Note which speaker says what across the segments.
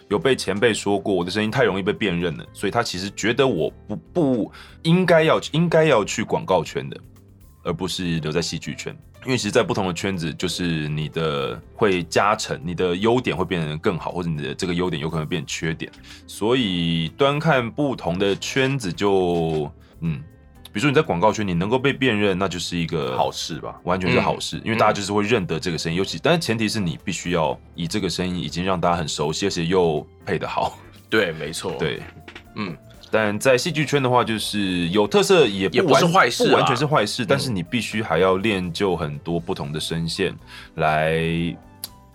Speaker 1: 有被前辈说过，我的声音太容易被辨认了，所以他其实觉得我不不应该要应该要去广告圈的，而不是留在戏剧圈。因为其实，在不同的圈子，就是你的会加成，你的优点会变得更好，或者你的这个优点有可能变成缺点。所以端看不同的圈子就，嗯，比如说你在广告圈，你能够被辨认，那就是一个
Speaker 2: 好事吧，
Speaker 1: 完全是好事，因为大家就是会认得这个声音，尤其但是前提是你必须要以这个声音已经让大家很熟悉，而且又配得好。
Speaker 3: 对，没错，，
Speaker 1: 对，
Speaker 3: 嗯，
Speaker 1: 哦但在戏剧圈的话，就是有特色也不
Speaker 3: 也不是
Speaker 1: 完
Speaker 3: 坏事
Speaker 1: 不完
Speaker 3: 啦
Speaker 1: 全是坏事，啊但是你必须还要练就很多不同的声线来，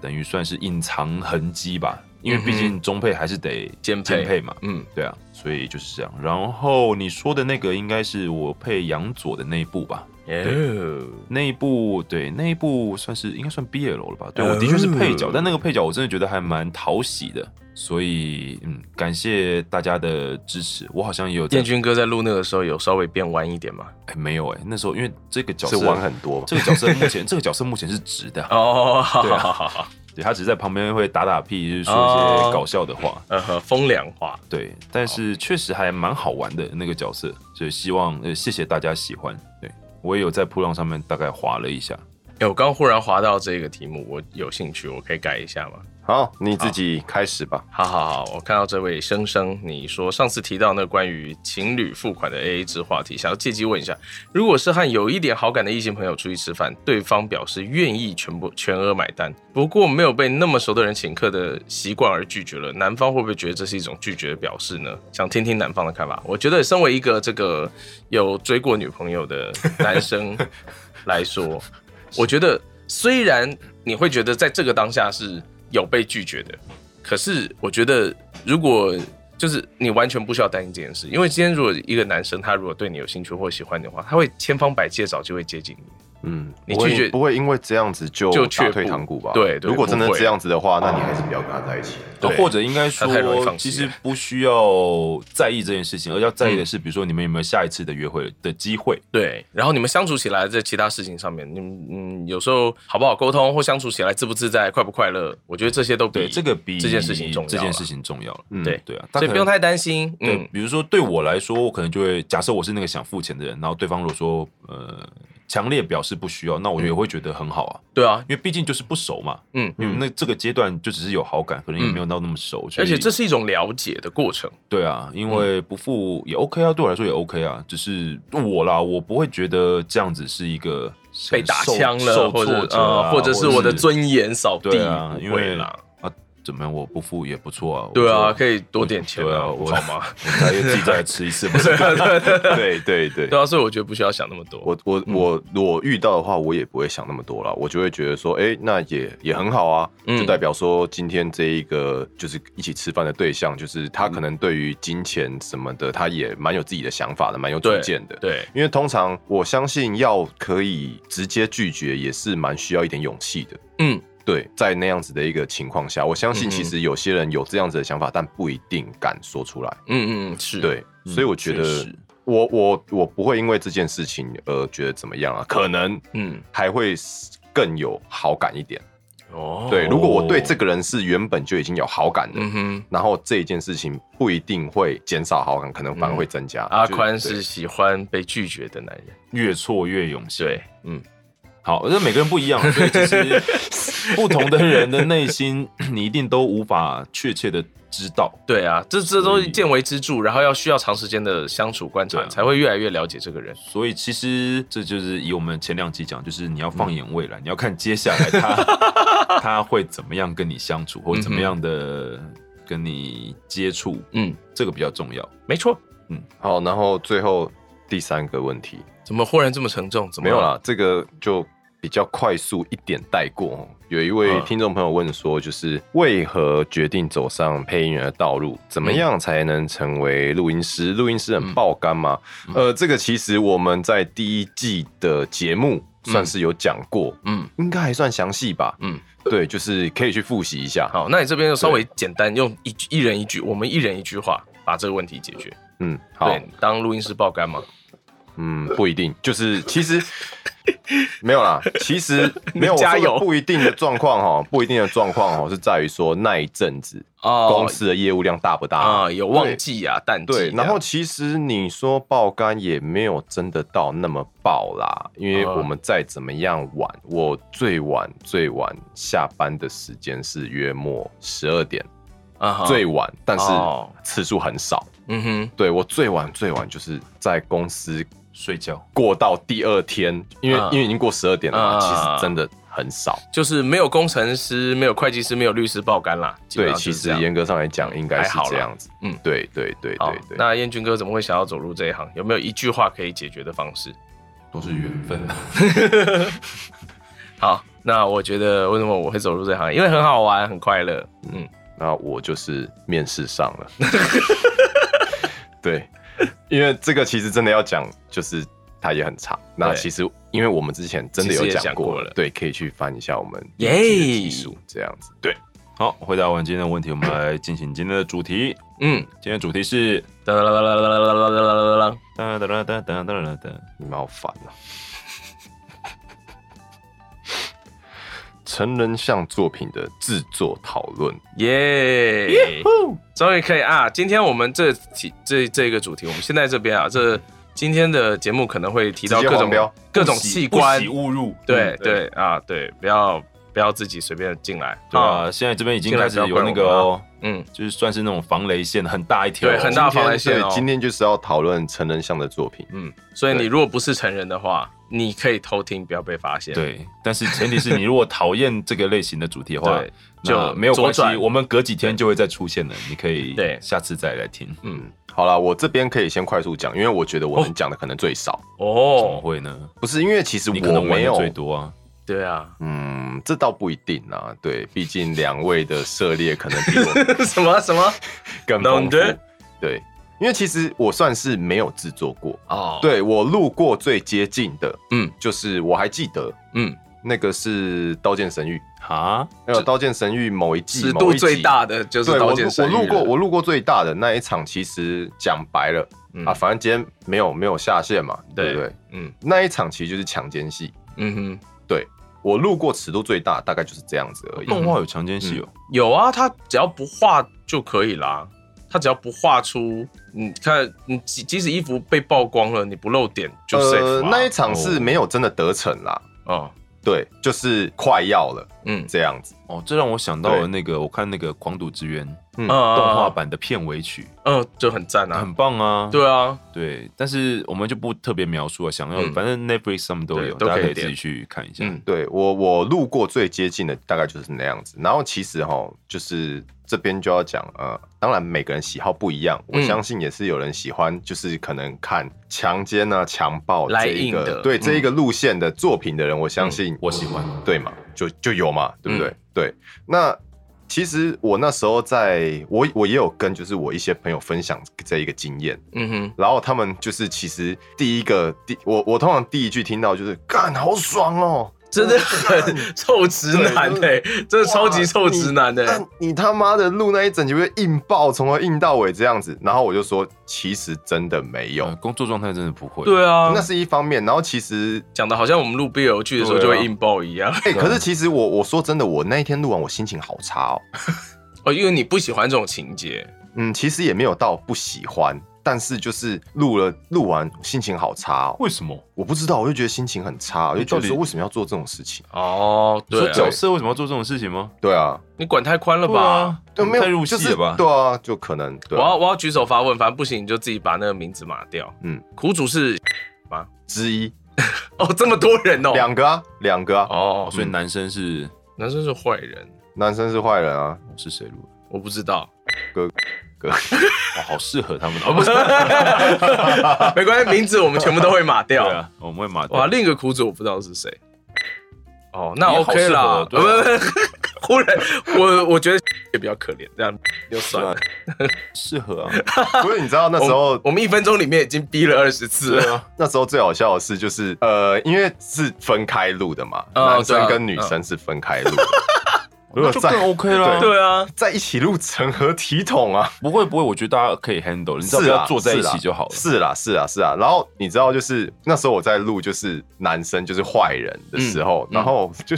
Speaker 1: 等于算是隐藏痕迹吧，因为毕竟中配还是得
Speaker 3: 兼配
Speaker 1: 嗯兼配嘛，
Speaker 3: 嗯，
Speaker 1: 对啊，所以就是这样。然后你说的那个应该是我配杨佐的那一部吧？
Speaker 3: 哦，
Speaker 1: 那一部对那一部算是应该算 BL 了吧？对
Speaker 3: 哦
Speaker 1: 我的确是配
Speaker 2: 嗯
Speaker 1: 角，但那个配角我真的觉得还蛮讨喜的，所以嗯，感谢大家的支持。我好像也有在
Speaker 3: 建军哥在录那个时候有稍微变弯一点吗？
Speaker 1: 哎没有哎、那时候因为这个角
Speaker 2: 是
Speaker 1: 色
Speaker 2: 玩很多吧。
Speaker 1: 这个角色目前这个角色目前是直的啊，
Speaker 3: 哦，好
Speaker 1: 对啊
Speaker 3: 好好好，
Speaker 1: 对他只是在旁边会打打屁，就是说一
Speaker 3: 哦
Speaker 1: 些搞笑的话。
Speaker 3: 呃呵，风凉话，
Speaker 1: 对，但是确实还蛮好玩的那个角色，所以希望呃谢谢大家喜欢。对我也有在扑浪上面大概划了一下，
Speaker 3: 哎、我刚忽然滑到这个题目，我有兴趣，我可以改一下吗？
Speaker 2: 好，你自己开始吧。
Speaker 3: 好好好，我看到这位生生，你说上次提到那关于情侣付款的 AA 制话题，想要借机问一下，如果是和有一点好感的异性朋友出去吃饭，对方表示愿意全部全额买单，不过没有被那么熟的人请客的习惯而拒绝了，男方会不会觉得这是一种拒绝的表示呢？想听听男方的看法。我觉得身为一个这个有追过女朋友的男生来说，我觉得虽然你会觉得在这个当下是有被拒绝的，可是我觉得，如果就是你完全不需要担心这件事，因为今天如果一个男生他如果对你有兴趣或喜欢你的话，他会千方百计地找机会接近你。
Speaker 2: 嗯，
Speaker 3: 你
Speaker 2: 不会
Speaker 3: 拒绝
Speaker 2: 不会因为这样子就
Speaker 3: 就却
Speaker 2: 打
Speaker 3: 步
Speaker 2: 退堂鼓吧？
Speaker 3: 对对
Speaker 2: 如果真的
Speaker 3: 不会
Speaker 2: 这样子的话，那你还是不要跟他在一起。
Speaker 3: 对
Speaker 1: 呃或者应该
Speaker 3: 他太容易
Speaker 1: 说，
Speaker 3: 放弃
Speaker 1: 其
Speaker 3: 了嗯
Speaker 1: 实不需要在意这件事情，而要在意的是，比如说你们有没有下一次的约会的机会。
Speaker 3: 对，然后你们相处起来，在其他事情上面，你们嗯，有时候好不好沟通，或相处起来自不自在、快不快乐，我觉得这些都比
Speaker 1: 对，这个比
Speaker 3: 这件事情重要。啊
Speaker 1: 这件事，情重要了。嗯，
Speaker 3: 对
Speaker 1: 对啊，
Speaker 3: 所以不用
Speaker 1: 他可能。
Speaker 3: 太担心。
Speaker 1: 对
Speaker 3: 嗯，，
Speaker 1: 比如说对我来说，我可能就会假设我是那个想付钱的人，然后对方如果说呃强烈表示不需要，那
Speaker 3: 嗯
Speaker 1: 我也会觉得很好啊，
Speaker 3: 对啊，
Speaker 1: 因为毕竟就是不熟嘛。
Speaker 3: 嗯，
Speaker 1: 因为那这个阶段就只是有好感，可能也没有到那么熟。所
Speaker 3: 而
Speaker 1: 以
Speaker 3: 且这是一种了解的过程。
Speaker 1: 对啊，因为不付也 OK 啊，对我来说也 OK 啊，只是我啦，我不会觉得这样子是一个
Speaker 3: 被打
Speaker 1: 受
Speaker 3: 枪了，
Speaker 1: 受
Speaker 3: 或者
Speaker 1: 挫折啊
Speaker 3: 呃，或者是我的尊严扫地，
Speaker 1: 对啊，
Speaker 3: 不
Speaker 1: 因
Speaker 3: 会
Speaker 1: 为
Speaker 3: 啦。
Speaker 1: 啊，怎么样，我不付也不错啊。
Speaker 3: 对
Speaker 1: 我
Speaker 3: 啊，啊
Speaker 1: 就
Speaker 3: 可以多点钱
Speaker 1: 对 啊，
Speaker 3: 不
Speaker 1: 我
Speaker 3: 好吗？
Speaker 1: 我再自己再来吃一次， 不是？对对对
Speaker 3: 对啊，嗯所以我觉得不需要想那么多。
Speaker 2: 我我我我遇到的话，我也不会想那么多啦，我就会觉得说，哎、那也也很好啊，
Speaker 3: 嗯
Speaker 2: 就代表说今天这一个就是一起吃饭的对象，就是他可能对于金钱什么的，他也蛮有自己的想法的，蛮有主
Speaker 3: 对
Speaker 2: 见的。
Speaker 3: 对，
Speaker 2: 因为通常我相信要可以直接拒绝，也是蛮需要一点勇气的。
Speaker 3: 嗯，
Speaker 2: 对，在那样子的一个情况下，我相信
Speaker 3: 嗯
Speaker 2: 其实有些人有这样子的想法，但不一定敢说出来。
Speaker 3: 嗯嗯嗯，是，
Speaker 2: 对，所以我觉
Speaker 1: 确
Speaker 2: 得
Speaker 1: 实
Speaker 2: 我我我不会因为这件事情而觉得怎么样啊，可能
Speaker 3: 嗯，
Speaker 2: 还会更有好感一点。
Speaker 3: 哦
Speaker 2: 对，如果我对这个人是原本就已经有好感的，
Speaker 3: 嗯哼，
Speaker 2: 然后这一件事情不一定会减少好感，可能反而会增加。
Speaker 3: 嗯阿
Speaker 2: 就
Speaker 3: 宽
Speaker 2: 对
Speaker 3: 是喜欢被拒绝的男人，
Speaker 1: 越挫越勇气。
Speaker 3: 对，嗯
Speaker 1: 好，而且每个人不一样，啊所以其实 不同的人的内心，你一定都无法确切的知道。
Speaker 3: 对啊，这这都
Speaker 1: 所
Speaker 3: 是
Speaker 1: 以
Speaker 3: 见微知著，然后要需要长时间的相处观察，
Speaker 1: 对啊
Speaker 3: 才会越来越了解这个人。
Speaker 1: 所以其实这就是以我们前两集讲，就是你要
Speaker 3: 嗯
Speaker 1: 放眼未来，你要看接下来 他他会怎么样跟你相处，或者怎么样的跟你接触，
Speaker 3: 嗯，
Speaker 1: 这个比较重要。
Speaker 3: 没错。
Speaker 2: 好，然后最后第三个问题，
Speaker 3: 怎么忽然这么沉重？怎么
Speaker 2: 没有
Speaker 3: 了？
Speaker 2: 啦，这个就比较快速一点带过哦。有一位
Speaker 3: 嗯
Speaker 2: 听众朋友问说，就是为何决定走上配音员的道路？怎么样才能成为录音师？
Speaker 3: 嗯
Speaker 2: 录音师很爆肝吗？呃，这个其实我们在第一季的节目算是有讲过，
Speaker 3: 嗯，
Speaker 2: 应该还算详细吧。
Speaker 3: 嗯，
Speaker 2: 对，就是可以去复习一下。
Speaker 3: 好，那你这边就稍微简单，用一句一人一句，我们一人一句话把这个问题解决。
Speaker 2: 嗯，好
Speaker 3: 对，，当录音师爆肝嘛，
Speaker 2: 嗯，不一定，就是其 实没有啦，其实没有我说的
Speaker 3: 加油
Speaker 2: 不一定的状况哈，不一定的状况哦，是在于说那一阵子
Speaker 3: 哦
Speaker 2: 公司的业务量大不大
Speaker 3: 啊，有旺季啊，淡季这
Speaker 2: 对，
Speaker 3: 样。
Speaker 2: 然后其实你说爆肝也没有真的到那么爆啦，因为
Speaker 3: 嗯
Speaker 2: 我们再怎么样晚，我最晚最晚下班的时间是约莫十二点，
Speaker 3: 啊哈
Speaker 2: 最晚，但是
Speaker 3: 哦
Speaker 2: 次数很少。
Speaker 3: 嗯哼，
Speaker 2: 对我最晚最晚就是在公司
Speaker 1: 睡觉，
Speaker 2: 过到第二天，因为、
Speaker 3: 嗯
Speaker 2: 因为已经过十二点了嘛，
Speaker 3: 嗯
Speaker 2: 其实真的很少。
Speaker 3: 就是没有工程师，没有会计师，没有律师爆肝啦。基本
Speaker 2: 对，
Speaker 3: 上
Speaker 2: 其
Speaker 3: 就是这
Speaker 2: 实
Speaker 3: 样
Speaker 2: 严格上来讲，应该
Speaker 3: 还
Speaker 2: 是
Speaker 3: 好啦
Speaker 2: 这样子。
Speaker 3: 嗯
Speaker 2: 嗯，对对对
Speaker 3: 好
Speaker 2: 对，对。
Speaker 3: 那燕君哥怎么会想要走入这一行？有没有一句话可以解决的方式？
Speaker 1: 都是缘分。
Speaker 2: 嗯
Speaker 3: 好，那我觉得为什么我会走入这行？因为很好玩，很快乐。嗯，
Speaker 2: 那我就是面试上 了。 对，因为这个其实真的要讲，就是它也很长。那
Speaker 3: 对
Speaker 2: 其实因为我们之前真的
Speaker 3: 其实
Speaker 2: 有
Speaker 3: 也
Speaker 2: 讲
Speaker 3: 讲过
Speaker 2: 过
Speaker 3: 了
Speaker 2: 对，可以去翻一下我们
Speaker 3: 耶
Speaker 2: 第一集的技术这样子。对，
Speaker 1: 好，回答完今天的问题，我们来进行今天的主题。
Speaker 3: 嗯，
Speaker 1: 今天的主题是
Speaker 3: 哒啦啦啦啦啦啦啦啦啦啦，
Speaker 1: 哒哒哒哒哒哒哒哒。
Speaker 2: 你们好烦啊！成人像作品的制作讨论，
Speaker 3: 耶！终于可以啊！今天我们这题这这个主题，我们现在这边啊，这今天的节目可能会提到
Speaker 2: 直接
Speaker 3: 各
Speaker 2: 黄标
Speaker 3: 种各种器官
Speaker 1: 不喜，勿入。
Speaker 3: 对
Speaker 1: 嗯
Speaker 3: 对啊，对，不要不要自己随便进来
Speaker 1: 对啊，，现在这边已经开始有那个哦，
Speaker 3: 嗯，
Speaker 1: 就是算是那种防雷线很大一条，
Speaker 3: 对，很大防雷线
Speaker 2: 对
Speaker 3: 哦，。
Speaker 2: 今天就是要讨论成人像的作品。
Speaker 3: 嗯，所以你如果不是成人的话，你可以偷听，不要被发现。
Speaker 1: 对，但是前提是你如果讨厌这个类型的主题的话
Speaker 3: 对，
Speaker 1: 那
Speaker 3: 就
Speaker 1: 没有关系
Speaker 3: 左，转
Speaker 1: 我们隔几天就会再出现了，你可以
Speaker 3: 对
Speaker 1: 下次再来听。
Speaker 3: 嗯，
Speaker 2: 好啦，我这边可以先快速讲，因为我觉得我能讲的可能最少。
Speaker 1: 怎么
Speaker 3: 哦，
Speaker 1: 会呢？
Speaker 2: 不是因为其实
Speaker 1: 你可
Speaker 2: 我
Speaker 1: 能玩
Speaker 2: 没
Speaker 1: 的
Speaker 2: 有，
Speaker 1: 最多啊，
Speaker 3: 对啊，
Speaker 2: 嗯，这倒不一定啊。对，毕竟两位的涉猎可能比我
Speaker 3: 什么什么？
Speaker 2: 更丰
Speaker 3: 懂
Speaker 2: 富
Speaker 3: 得。
Speaker 2: 对，因为其实我算是没有制作过，
Speaker 3: 哦，，
Speaker 2: 对我路过最接近的，
Speaker 3: 嗯
Speaker 2: 嗯，就是我还记得
Speaker 3: 嗯，
Speaker 2: 那个是《刀剑神域》，
Speaker 1: 哈，
Speaker 2: 那个《刀剑神域》某一季
Speaker 3: 尺
Speaker 2: 某
Speaker 3: 度
Speaker 2: 一集
Speaker 3: 最大的就是
Speaker 2: 对
Speaker 3: 刀
Speaker 2: 我
Speaker 3: 剑
Speaker 2: 路
Speaker 3: 神域
Speaker 2: 我路过
Speaker 3: 了
Speaker 2: 我路过最大的那一场，其实讲白了、
Speaker 3: 嗯
Speaker 2: 啊，反正今天没有没有下线嘛，对
Speaker 3: 对
Speaker 2: 不对？
Speaker 3: 嗯
Speaker 2: 那一场其实就是强奸戏，
Speaker 3: 嗯哼，
Speaker 2: 对我路过尺度最大，大概就是这样子而已。
Speaker 1: 动画有强奸戏哦，
Speaker 3: 有啊，他只要不画就可以啦。他只要不画出，你看，你即即使衣服被曝光了，你不露点就 safe
Speaker 2: 呃，
Speaker 3: 啊
Speaker 2: 那一场是没有真的得逞啦，
Speaker 3: 哦，
Speaker 2: 对，就是快要了
Speaker 3: 嗯
Speaker 2: 这样子。
Speaker 1: 哦，这让我想到了
Speaker 3: 对
Speaker 1: 那个，我看那个《狂赌之渊》
Speaker 2: 嗯
Speaker 3: 嗯
Speaker 1: 动画，版的片尾曲，
Speaker 3: 嗯，嗯就很赞啊
Speaker 1: 很，棒啊。
Speaker 3: 对啊，
Speaker 1: 对，但是我们就不特别描述了，啊想要
Speaker 3: 嗯
Speaker 1: 反正 Netflix 上面都
Speaker 3: 对
Speaker 1: 有，
Speaker 3: 都
Speaker 1: 大家
Speaker 3: 可
Speaker 1: 可
Speaker 3: 以
Speaker 1: 以自己
Speaker 3: 点
Speaker 1: 去看一下。
Speaker 3: 嗯，
Speaker 2: 对我我路过最接近的大概就是那样子。然后其实哈，就是这边就要讲呃，当然每个人喜好不一样，我
Speaker 3: 嗯
Speaker 2: 相信也是有人喜欢，就是可能看强奸啊、强暴
Speaker 3: 来
Speaker 2: 这一
Speaker 3: 硬的
Speaker 2: 个对
Speaker 3: 嗯
Speaker 2: 这一个路线的作品的人，我相信
Speaker 1: 我喜欢，
Speaker 2: 对嘛，就就有嘛，对不对？
Speaker 3: 嗯
Speaker 2: 对，那其实我那时候在我我也有跟就是我一些朋友分享这一个经验，
Speaker 3: 嗯哼，
Speaker 2: 然后他们就是其实第一个第我我通常第一句听到就是干好爽哦，
Speaker 3: 真的很臭直男哎、
Speaker 2: 对
Speaker 3: 真的超级臭直男欸的、
Speaker 2: 但你他妈的录那一整集会硬爆，从头硬到尾这样子。然后我就说，其实真的没有，
Speaker 1: 呃工作状态真的不会。
Speaker 3: 对啊
Speaker 2: 那，是一方面。然后其实，
Speaker 3: 讲的好像我们录 BL 剧的时候就
Speaker 2: 对啊
Speaker 3: 会硬爆一样、
Speaker 1: 嗯
Speaker 2: 哎、可是其实我我说真的，我那一天录完，我心情好差哦。
Speaker 3: 哦，因为你不喜欢这种情节，
Speaker 2: 嗯，其实也没有到不喜欢，但是就是录了录完，心情好差哦。
Speaker 1: 为什么？
Speaker 2: 我不知道，我就觉得心情很差，哦我就觉
Speaker 1: 到底
Speaker 2: 得说为什么要做这种事情？啊
Speaker 3: 哦，
Speaker 1: 你说
Speaker 3: 对、啊
Speaker 1: 角，色为什么要做这种事情吗？
Speaker 2: 对啊，
Speaker 3: 你管太宽了
Speaker 1: 对
Speaker 3: 吧？
Speaker 1: 啊，
Speaker 2: 就没有
Speaker 1: 太入
Speaker 2: 就
Speaker 1: 戏
Speaker 2: 是
Speaker 1: 了吧？哦
Speaker 2: 对啊，就可能对
Speaker 3: 我
Speaker 2: 啊、
Speaker 3: 要我要举手发问，反正不行你就自己把那个名字码掉。
Speaker 2: 嗯，
Speaker 3: 苦主是
Speaker 2: 之一，
Speaker 3: 哦，这么多人哦，
Speaker 2: 两个啊，两个啊，
Speaker 3: 哦，
Speaker 1: 所以男生是
Speaker 3: 男生是坏人，
Speaker 2: 男生是坏人啊，
Speaker 1: 哦是谁录的？
Speaker 3: 我不知道，
Speaker 2: 哥，
Speaker 1: 哦，好适合他们哦，不是
Speaker 3: 没关系，名字我们全部都会码
Speaker 1: 对
Speaker 3: 掉。
Speaker 1: 啊，我们会骂
Speaker 3: 哇，
Speaker 1: 掉。
Speaker 3: 另一个苦主我不知道是谁。哦，那
Speaker 1: 也好
Speaker 3: OK 啦，呃
Speaker 1: 适合对
Speaker 3: 忽然我我觉得也比较可怜，这样就算了。
Speaker 1: 适合啊，
Speaker 2: 不是你知道那时候
Speaker 3: 我我们一分钟里面已经逼了二十次了。
Speaker 1: 啊
Speaker 2: 那时候最好笑的事就是，呃，因为是分开录的嘛，
Speaker 3: 哦
Speaker 2: 男
Speaker 3: 对啊
Speaker 2: 生跟女生是啊分开录的。如
Speaker 1: 那
Speaker 2: 果
Speaker 1: 就更
Speaker 2: 在
Speaker 1: OK 啦。
Speaker 3: 对啊，
Speaker 2: 在一起录，成何体统啊？
Speaker 1: 不会不会，我觉得大家可以 handle，你只要不
Speaker 2: 是啊
Speaker 1: 要坐在一
Speaker 2: 是啊
Speaker 1: 起就好了。
Speaker 2: 是啦，是啊啦，是啦。然后你知道，就是那时候我在录，就是男生就是坏人的时候，
Speaker 3: 嗯嗯
Speaker 2: 然后就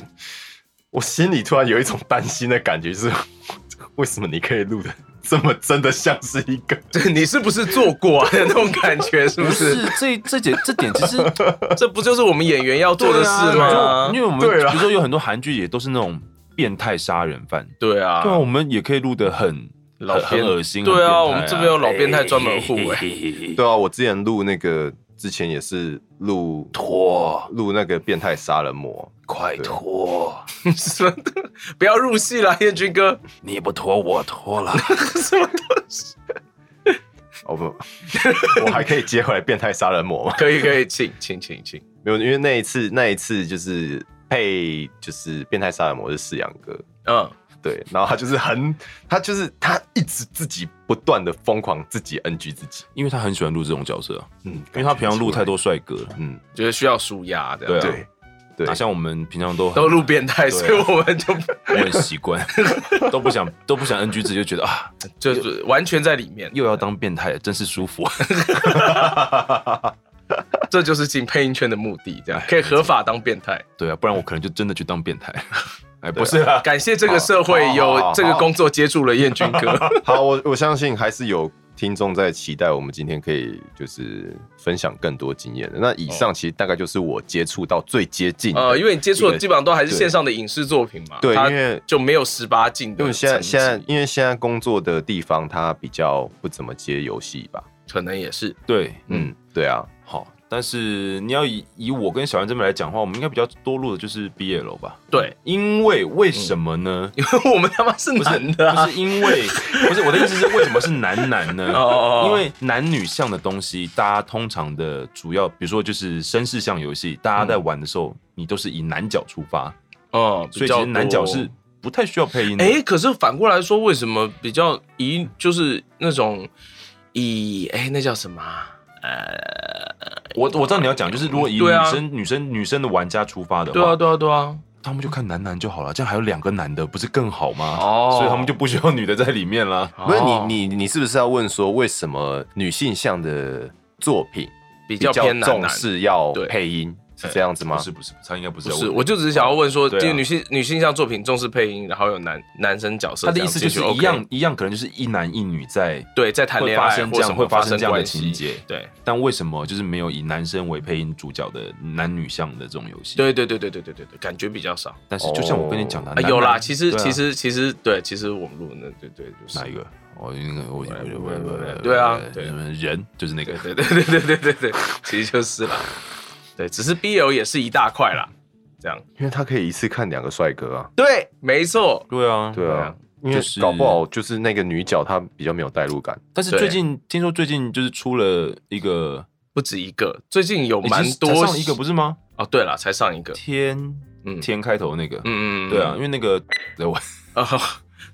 Speaker 2: 我心里突然有一种担心的感觉，就是 为什么你可以录的这么真的像是一个
Speaker 3: 对你是不是做过 啊？那种感觉是不
Speaker 1: 不
Speaker 3: 是？
Speaker 1: 是这这点这点其实啊
Speaker 3: 这不就是我们演员要做的事
Speaker 1: 就
Speaker 3: 吗
Speaker 1: 因？为我们
Speaker 2: 对啊
Speaker 1: 比如说有很多韩剧也都是那种变态杀人犯，
Speaker 3: 对啊
Speaker 1: 对，啊，我们也可以录的很
Speaker 3: 老
Speaker 1: 很
Speaker 3: 变
Speaker 1: 很恶心。
Speaker 3: 对啊，
Speaker 1: 啊，
Speaker 3: 我们这边有老变态专门户哎，
Speaker 2: 对啊，我之前录那个，之前也是录
Speaker 1: 脱，
Speaker 2: 录那个变态杀人魔，
Speaker 1: 快脱！
Speaker 3: 什么的， 不要入戏啦，彦君哥，
Speaker 1: 你不脱我脱了，
Speaker 3: 什么的，
Speaker 2: 哦不， 我还可以接回来变态杀人魔吗？
Speaker 3: 可以可以，请请请请，
Speaker 2: 没有，因为那一次那一次就是配就是变态杀人魔是四阳哥，
Speaker 3: 嗯，
Speaker 2: 对，然后他就是很他就是他一直自己不断的疯狂自己 NG 自己，
Speaker 1: 因为他很喜欢录这种角色啊，
Speaker 2: 嗯，
Speaker 1: 因为他平常录太，多帅哥了，
Speaker 2: 嗯，
Speaker 3: 觉得需要舒压的，
Speaker 1: 对啊
Speaker 2: 对对
Speaker 1: 哪，像我们平常都很
Speaker 3: 都录变态，所以我们就
Speaker 1: 我很习惯，都不想都不想 NG 自己就觉得啊，
Speaker 3: 就是完全在里面，
Speaker 1: 又要当变态，真是舒服。啊
Speaker 3: 这就是进配音圈的目的，这样可以合法当变态。
Speaker 1: 对啊，不然我可能就真的去当变态。哎，不是啊，
Speaker 3: 感谢这个社会
Speaker 2: 好好
Speaker 3: 有
Speaker 2: 好
Speaker 3: 这个工作接住了彦君哥，
Speaker 2: 好，我我相信还是有听众在期待我们今天可以就是分享更多经验的。那以
Speaker 1: 哦
Speaker 2: 上其实大概就是我接触到最接近的
Speaker 3: 呃，因为你接触的
Speaker 2: 一个
Speaker 3: 基本上都还是线上的影视作品嘛，
Speaker 2: 对
Speaker 3: 它
Speaker 2: 因为
Speaker 3: 就没有十八禁
Speaker 2: 因
Speaker 3: 的
Speaker 2: 为现在
Speaker 3: 层级
Speaker 2: 现在因为现在工作的地方，它比较不怎么接游戏吧。
Speaker 3: 可能也是
Speaker 1: 对，
Speaker 2: 嗯，对啊，
Speaker 1: 好，但是你要以以我跟小安这边来讲的话，我们应该比较多录的就是 BL 吧？
Speaker 3: 对，
Speaker 1: 因为为什么呢？
Speaker 3: 因为我们他妈是
Speaker 1: 不是
Speaker 3: 男的啊
Speaker 1: 不，是因为 不是我的意思是为什么是男男呢？
Speaker 3: 哦哦哦
Speaker 1: 因为男女向的东西，大家通常的主要，比如说就是绅士向游戏，大家在玩的时候，你都是以男角出发，
Speaker 3: 哦，
Speaker 1: 所以其
Speaker 3: 比较
Speaker 1: 实男角
Speaker 3: 多
Speaker 1: 是不太需要配音的。
Speaker 3: 哎、可是反过来说，为什么比较以就是那种以哎、那叫什么啊、
Speaker 1: 我我知道你要讲，就是如果以女
Speaker 3: 对啊
Speaker 1: 生、女生女生的玩家出发的话，
Speaker 3: 对啊，对啊，对啊，
Speaker 1: 他们就看男男就好了，这样还有两个男的，不是更好吗？
Speaker 3: 哦
Speaker 1: 所以他们就不需要女的在里面 啦。
Speaker 2: 不是
Speaker 3: 哦
Speaker 2: 你你你是不是要问说为什么女性向的作品
Speaker 3: 比
Speaker 2: 比
Speaker 3: 较偏男
Speaker 2: 重
Speaker 3: 男
Speaker 2: 视要
Speaker 3: 对
Speaker 2: 配音？是这样子吗
Speaker 1: 不？是不是，他应该不是
Speaker 3: 不
Speaker 1: 要
Speaker 3: 是，
Speaker 1: 问
Speaker 3: 我就只是想要问说，
Speaker 1: 对啊
Speaker 3: 就女性女性向作品重视配音，然后有男男生角色
Speaker 1: 他
Speaker 3: 这
Speaker 1: 的
Speaker 3: 样进去，
Speaker 1: 意思就是一
Speaker 3: OK
Speaker 1: 样、一样，可能就是一男一女在，
Speaker 3: 对，在谈
Speaker 1: 会
Speaker 3: 恋
Speaker 1: 发
Speaker 3: 爱
Speaker 1: 生
Speaker 3: 或
Speaker 1: 这样
Speaker 3: 什么
Speaker 1: 会发
Speaker 3: 发
Speaker 1: 生这样的
Speaker 3: 关系
Speaker 1: 情节
Speaker 3: 对，
Speaker 1: 但为什么就是没有以男生为配音主角的男女向的这种游戏？，
Speaker 3: 对对对对对对对对，感觉比较少
Speaker 1: 但是就像我跟你讲的、
Speaker 3: 啊，
Speaker 1: 男
Speaker 3: 有啦，
Speaker 1: 男
Speaker 3: 其实
Speaker 1: 对啊
Speaker 3: 其实其实对，其实我们录的那对对就是
Speaker 1: 哪一个？哦，那个我我
Speaker 3: 对啊对
Speaker 1: 人就是那个
Speaker 3: 对对对对对对对对，其实就是啦，对，只是 BL 也是一大块啦，这样
Speaker 2: 因为他可以一次看两个帅哥啊。
Speaker 3: 对，没错，
Speaker 1: 对啊，
Speaker 2: 对啊，因为
Speaker 1: 就是
Speaker 2: 搞不好就是那个女角她比较没有代入感。
Speaker 1: 但是
Speaker 3: 对
Speaker 1: 最近听说最近就是出了一个，
Speaker 3: 不止一个，最近有
Speaker 1: 诶
Speaker 3: 蛮
Speaker 1: 其实才
Speaker 3: 多
Speaker 1: 上一个不是吗？
Speaker 3: 哦，对了，才上一个，
Speaker 1: 天
Speaker 3: 嗯
Speaker 1: 天开头那个，
Speaker 3: 嗯嗯，嗯
Speaker 1: 对啊，因为那个对我
Speaker 3: 啊，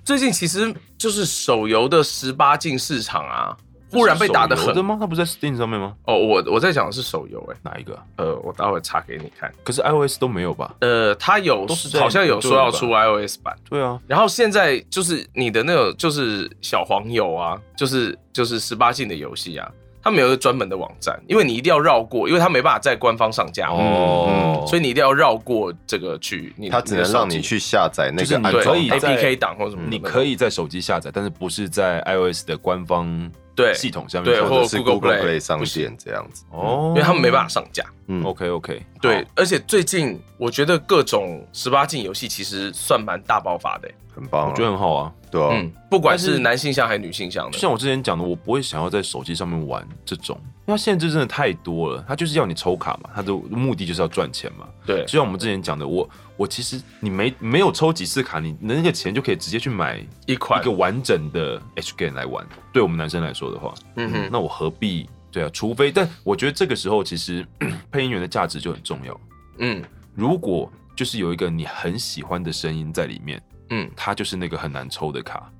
Speaker 3: 最近其实就是手游的十八禁市场啊，忽然被打得
Speaker 1: 是手游的
Speaker 3: 很。
Speaker 1: 吗？他不是在 Steam 上面吗？
Speaker 3: 哦，我我在讲的是手游，哎，
Speaker 1: 哪一个啊？
Speaker 3: 呃，我待会查给你看。
Speaker 1: 可是 iOS 都没有吧？
Speaker 3: 呃，他有
Speaker 1: 都是在
Speaker 3: 好像有说要出
Speaker 1: 对
Speaker 3: iOS 版，
Speaker 1: 对啊，
Speaker 3: 然后现在就是你的那种就是小黄油啊，就是就是十八禁的游戏啊，他们有一个专门的网站，因为你一定要绕过，因为他没办法在官方上架嘛，
Speaker 2: 哦
Speaker 3: 所以你一定要绕过这个去，你
Speaker 2: 她只能让你去下载那
Speaker 1: 就是
Speaker 2: 个
Speaker 1: 你
Speaker 2: 安
Speaker 3: 对
Speaker 1: 可
Speaker 2: 装
Speaker 1: 以
Speaker 2: 档。
Speaker 1: 在
Speaker 3: APK 档或什么的，
Speaker 1: 你可以在手机下载，但是不是在 iOS 的官方
Speaker 3: 对
Speaker 1: 系统下面
Speaker 3: 对
Speaker 1: 下载
Speaker 2: 或者
Speaker 3: 或
Speaker 2: 是
Speaker 3: Google
Speaker 2: Google
Speaker 3: Play，
Speaker 2: Play 上
Speaker 3: 不行
Speaker 2: 线这样子，
Speaker 1: 哦，
Speaker 3: 因为他们没办法。上架。
Speaker 2: 嗯，
Speaker 1: OK OK，
Speaker 3: 对，而且最近我觉得各种十八禁游戏其实算蛮大爆发的、欸
Speaker 2: 很棒啊，
Speaker 1: 我觉得很好啊。
Speaker 2: 对啊
Speaker 3: 嗯，，不管
Speaker 1: 但
Speaker 3: 是
Speaker 1: 是
Speaker 3: 男性向还是女性向的，
Speaker 1: 就像我之前讲的，我不会想要在手机上面玩这种，因为它限制真的太多了。它就是要你抽卡嘛，它的目的就是要赚钱嘛。
Speaker 3: 对
Speaker 1: 就像我们之前讲的，我我其实你没没有抽几次卡，你那个钱就可以直接去买一
Speaker 3: 一款
Speaker 1: 个，完整的 H game 来玩。对我们男生来说的话，
Speaker 3: 嗯
Speaker 1: 嗯，
Speaker 3: 哼，
Speaker 1: 那我何必？对啊，除非，但我觉得这个时候其实 配音员的价值就很重要。
Speaker 3: 嗯
Speaker 1: 如果就是有一个你很喜欢的声音在里面，
Speaker 3: 嗯，
Speaker 1: 它就是那个很难抽的卡，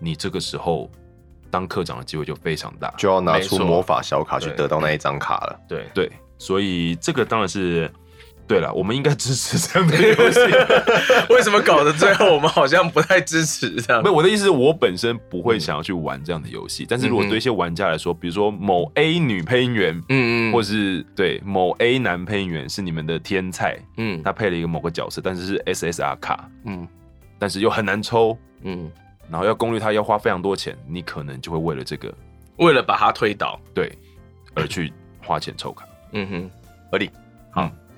Speaker 1: 你这个时候当科长的机会就非常大。
Speaker 2: 就要拿出
Speaker 3: 没错
Speaker 2: 魔法小卡去
Speaker 3: 对
Speaker 2: 得到那一张卡了。
Speaker 3: 对，
Speaker 1: 对，所以这个当然是对了，我们应该支持这样的游 戏。
Speaker 3: 嗯为什么搞得最后我们好像不太支持这样
Speaker 1: 没？有，我的意思是我本身不会想要去玩这样的游戏，但是如果对一些玩家来说，比如说某 A 女配音员，
Speaker 3: 嗯嗯，
Speaker 1: 或是对某 A 男配音员是你们的天菜，
Speaker 3: 嗯
Speaker 1: 他配了一个某个角色，但是是 SSR 卡，
Speaker 3: 嗯
Speaker 1: 但是又很难抽，
Speaker 3: 嗯，
Speaker 1: 然后要攻略它要花非常多钱，你可能就会为了这个
Speaker 3: 为了把它推倒，
Speaker 1: 对而去花钱抽卡。
Speaker 3: 嗯哼，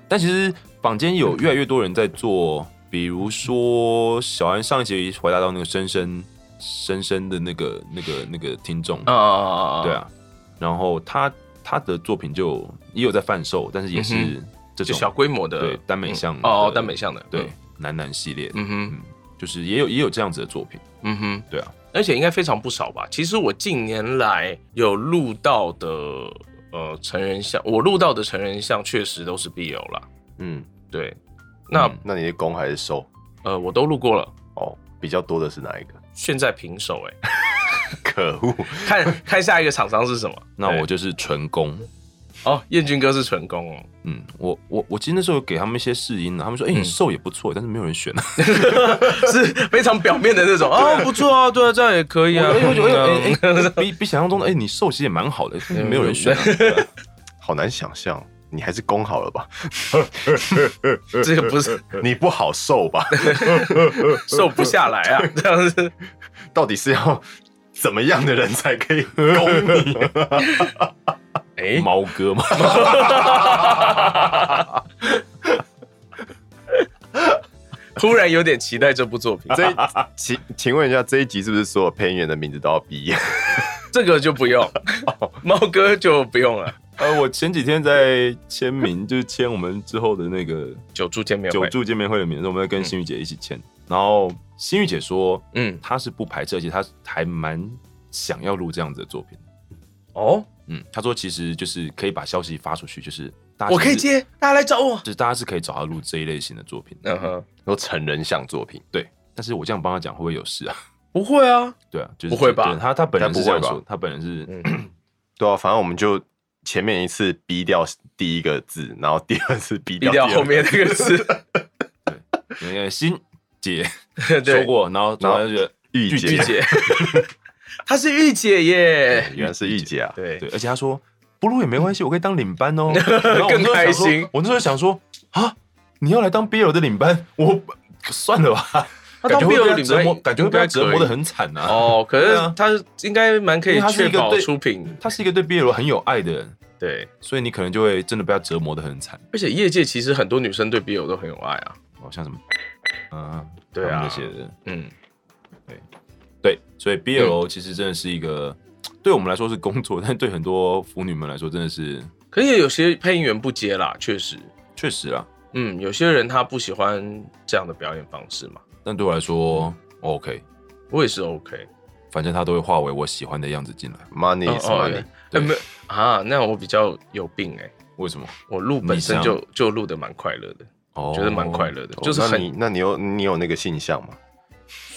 Speaker 1: 但其实坊间有越来越多人在做，比如说小安上一集回答到那个深深深深的那个那个那个听众，
Speaker 3: 啊啊啊啊，
Speaker 1: 对，啊，然后他他的作品就也有在贩售，但是也是这
Speaker 3: 嗯就
Speaker 1: 种、
Speaker 3: 小规模的
Speaker 1: 对耽美向
Speaker 3: 嗯哦，哦
Speaker 1: 的
Speaker 3: 耽美向的，
Speaker 1: 对，男男系列，
Speaker 3: 嗯哼
Speaker 1: 就是也有也有这样子的作品，
Speaker 3: 嗯哼。
Speaker 1: 对啊，
Speaker 3: 而且应该非常不少吧。其实我近年来有录到的呃成人像，我录到的成人像确实都是 BL 啦。
Speaker 2: 嗯，
Speaker 3: 对，那、
Speaker 1: 嗯
Speaker 2: 那你的攻还是收？
Speaker 3: 呃我都录过了，
Speaker 2: 哦，比较多的是哪一个？
Speaker 3: 现在平手哎、
Speaker 2: 可恶，
Speaker 3: 看看下一个厂商是什么？
Speaker 1: 那我
Speaker 3: 对
Speaker 1: 就是纯攻。
Speaker 3: 哦，彦军哥是纯攻哦，
Speaker 1: 嗯，我我我其实那时候有给他们一些试音啊，他们说，哎、你瘦也不错，但是没有人选。啊
Speaker 3: 是非常表面的那种哦，不错啊，对啊，这样也可以啊。
Speaker 1: 我就觉得，哎
Speaker 3: 嗯
Speaker 1: 哎，比比想象中的，哎，你瘦其实也蛮好的，但是没有人选啊。
Speaker 2: 好难想象。你还是攻好了吧？
Speaker 3: 这个不是
Speaker 2: 你不好受吧？
Speaker 3: 瘦不下来啊，这样子。
Speaker 2: 到底是要怎么样的人才可以攻你？
Speaker 3: 哎、
Speaker 1: 猫哥嘛，
Speaker 3: 突然有点期待这部 作品，
Speaker 2: 这一请请问一下，这一集是不是所有配音员的名字都要逼？
Speaker 3: 这个就不用，
Speaker 1: 哦
Speaker 3: 猫哥就不用了。
Speaker 1: 呃，我前几天在签名，就是签我们之后的那个
Speaker 3: 九柱见面
Speaker 1: 九
Speaker 3: 会，
Speaker 1: 柱见面会的嗯名字，我们在跟心雨姐一起签。然后心雨姐说，
Speaker 3: 嗯，
Speaker 1: 她是不排斥，而且她还蛮想要录这样子的作品。
Speaker 3: 哦，
Speaker 1: 嗯，她说其实就是可以把消息发出去，就是大家
Speaker 3: 我可以
Speaker 1: 其实，
Speaker 3: 接，大家来找我。
Speaker 1: 就是大家是可以找她录这一类型的作品。
Speaker 3: 嗯哼，
Speaker 2: 都成人像作品，
Speaker 1: 对，但是我这样帮她讲会不会有事啊？
Speaker 3: 不会啊，
Speaker 1: 对啊，就是
Speaker 3: 不会吧
Speaker 1: 对她她本人
Speaker 2: 该不
Speaker 1: 是这
Speaker 2: 会
Speaker 1: 样
Speaker 2: 吧
Speaker 1: 说，她本人是
Speaker 3: 嗯
Speaker 2: 对啊，反正我们就前面一次逼掉第一个字，然后第二次逼
Speaker 3: 低
Speaker 2: 掉
Speaker 3: 调
Speaker 2: 第二
Speaker 3: 后
Speaker 2: 个
Speaker 3: 面那个 字。
Speaker 1: 那个心姐说
Speaker 3: 对，
Speaker 1: 过，然后然
Speaker 2: 然后
Speaker 1: 后就觉得
Speaker 2: 御
Speaker 3: 御
Speaker 2: 姐，
Speaker 3: 姐，她是御姐耶。
Speaker 2: 原来是御姐啊！
Speaker 3: 对
Speaker 1: 对，而且她说不录也没关系，我可以当领 班哦。然后我那
Speaker 3: 更
Speaker 1: 时候
Speaker 3: 开
Speaker 1: 想说
Speaker 3: 心
Speaker 1: 我那时候想说啊，你要来当 BL 的领班，我算 了吧，
Speaker 3: 那
Speaker 1: 感
Speaker 3: 当
Speaker 1: 觉会
Speaker 3: BL
Speaker 1: 被
Speaker 3: 领班
Speaker 1: 折磨，
Speaker 3: 应
Speaker 1: 感觉会被
Speaker 3: 应该
Speaker 1: 他折磨
Speaker 3: 可以
Speaker 1: 的很惨啊。
Speaker 3: 哦，可
Speaker 1: 对
Speaker 3: 是
Speaker 1: 啊
Speaker 3: 他应该蛮可
Speaker 1: 因
Speaker 3: 以
Speaker 1: 为他是
Speaker 3: 确
Speaker 1: 一个
Speaker 3: 保
Speaker 1: 对
Speaker 3: 出品，
Speaker 1: 他是一个对 BL 很有爱的人，
Speaker 3: 对，
Speaker 1: 所以你可能就会真的被他折磨的很惨，
Speaker 3: 而且业界其实很多女生对 BL 都很有爱啊，
Speaker 1: 哦，像什么，嗯，
Speaker 3: 对啊
Speaker 1: 他们这些的，
Speaker 3: 嗯，
Speaker 1: 对，所以 BL 其实真的是一个。对我们来说是工作， 但对很多腐女们来说，真的是
Speaker 3: 可是也有些配音员不接啦，确实，
Speaker 1: 确实啊。
Speaker 3: 嗯，有些人他不喜欢这样的表演方式嘛，
Speaker 1: 但对我来
Speaker 3: 嗯
Speaker 1: 说，OK，哦
Speaker 3: 我也是 OK，
Speaker 1: 反正他都会化为我喜欢的样子进来。
Speaker 2: Money is
Speaker 3: 哦
Speaker 2: money，
Speaker 3: 哎没有啊，那我比较有病哎、
Speaker 1: 为什么？
Speaker 3: 我录本身
Speaker 1: 你想
Speaker 3: 就就录的蛮快乐的，
Speaker 1: 哦
Speaker 3: 觉得蛮快乐的，
Speaker 2: 哦
Speaker 3: 就是
Speaker 2: 那
Speaker 3: 很
Speaker 2: 你那你有你有那个性向吗？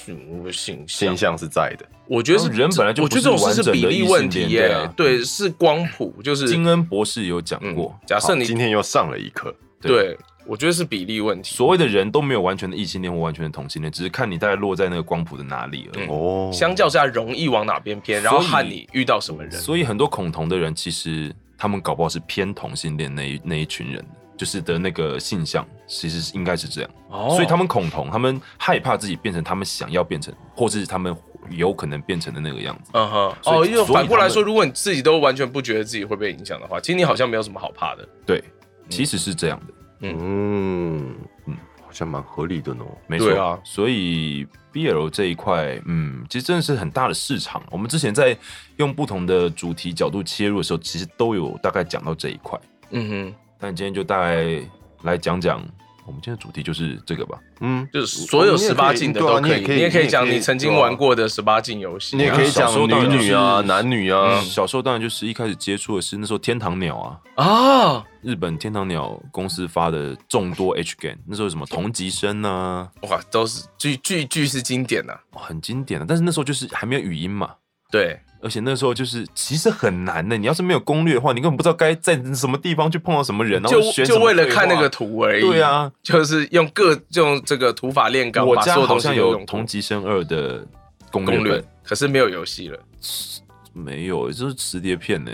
Speaker 3: 嗯形象
Speaker 2: 性向是在的，
Speaker 3: 我觉得是
Speaker 1: 哦人本来就
Speaker 3: 我
Speaker 1: 不
Speaker 3: 觉
Speaker 1: 是
Speaker 3: 得这种
Speaker 1: 完
Speaker 3: 事
Speaker 1: 整
Speaker 3: 是
Speaker 1: 的
Speaker 3: 比例
Speaker 1: 异
Speaker 3: 问
Speaker 1: 性
Speaker 3: 题
Speaker 1: 恋
Speaker 3: 耶、
Speaker 1: 对啊
Speaker 3: 对，是光谱，就是
Speaker 1: 金恩博士有讲
Speaker 3: 嗯
Speaker 1: 过，，
Speaker 3: 假设
Speaker 2: 好
Speaker 3: 你
Speaker 2: 今天又上了一课，
Speaker 1: 对
Speaker 3: 对，我觉得是比例问题。
Speaker 1: 所谓的人都没有完全的异性恋或完全的同性恋，只是看你大概落在那个光谱的哪里而已。
Speaker 3: 嗯
Speaker 2: 哦，
Speaker 3: 相较之下，容易往哪边偏，然后
Speaker 1: 所以
Speaker 3: 看你遇到什么人。
Speaker 1: 所以很多恐同的人，其实他们搞不好是偏同性恋那一那一群人的，就是的那个性向，其实是应该是这样。
Speaker 3: 哦
Speaker 1: 所以他们恐同，他们害怕自己变成他们想要变成，或是他们有可能变成的那个样子。
Speaker 3: 嗯哼，哦，
Speaker 1: 所以
Speaker 3: 因
Speaker 1: 所
Speaker 3: 为
Speaker 1: 以他
Speaker 3: 反
Speaker 1: 们
Speaker 3: 过来说，如果你自己都完全不觉得自己会被影响的话，其实你好像没有什么好怕的。
Speaker 1: 对，其实是这样的，
Speaker 2: 嗯
Speaker 1: 嗯
Speaker 2: 嗯，好像蛮合理的呢。
Speaker 1: 没错
Speaker 3: 对啊
Speaker 1: 所以 BL 这一块，嗯，其实真的是很大的市场。我们之前在用不同的主题角度切入的时候，其实都有大概讲到这一块。
Speaker 3: 嗯哼，
Speaker 1: 但今天就大概来讲讲，我们今天的主题就是这个吧。
Speaker 2: 嗯，
Speaker 3: 就是所有
Speaker 2: 你也可以
Speaker 3: 十八禁的
Speaker 2: 对
Speaker 3: 都
Speaker 2: 啊你也可以
Speaker 3: 你也可以
Speaker 2: 你也
Speaker 3: 讲
Speaker 2: 可以
Speaker 3: 你曾经
Speaker 2: 对啊
Speaker 3: 玩过的十八禁游戏。
Speaker 2: 你也可以
Speaker 1: 小
Speaker 2: 讲
Speaker 1: 时候当然
Speaker 2: 女女啊、
Speaker 1: 就是
Speaker 2: 男女
Speaker 3: 嗯
Speaker 2: 啊，
Speaker 1: 小时候当然就是一开始接触的是那时候天堂鸟啊，
Speaker 3: 啊，
Speaker 1: 日本天堂鸟公司发的众多 H game，那时候有什么同级生啊，
Speaker 3: 哇，都是句句句是经典呐、啊
Speaker 1: 哦很经典的、但是那时候就是还没有语音嘛，
Speaker 3: 对，
Speaker 1: 而且那时候就是其实很难的，你要是没有攻略的话，你根本不知道该在什么地方去碰到什么人，然后
Speaker 3: 就
Speaker 1: 选什
Speaker 3: 就
Speaker 1: 么
Speaker 3: 为了
Speaker 1: 对话
Speaker 3: 看那个。图而已。
Speaker 1: 对，啊，
Speaker 3: 就是用各用这个土法炼钢，
Speaker 1: 我
Speaker 3: 把
Speaker 1: 家
Speaker 3: 所有
Speaker 1: 好
Speaker 3: 东西
Speaker 1: 像
Speaker 3: 都
Speaker 1: 有
Speaker 3: 用
Speaker 1: 同
Speaker 3: 过
Speaker 1: 级生二的攻略本，
Speaker 3: 攻略，可是没有游戏了。
Speaker 1: 没有，就是磁碟片 呢。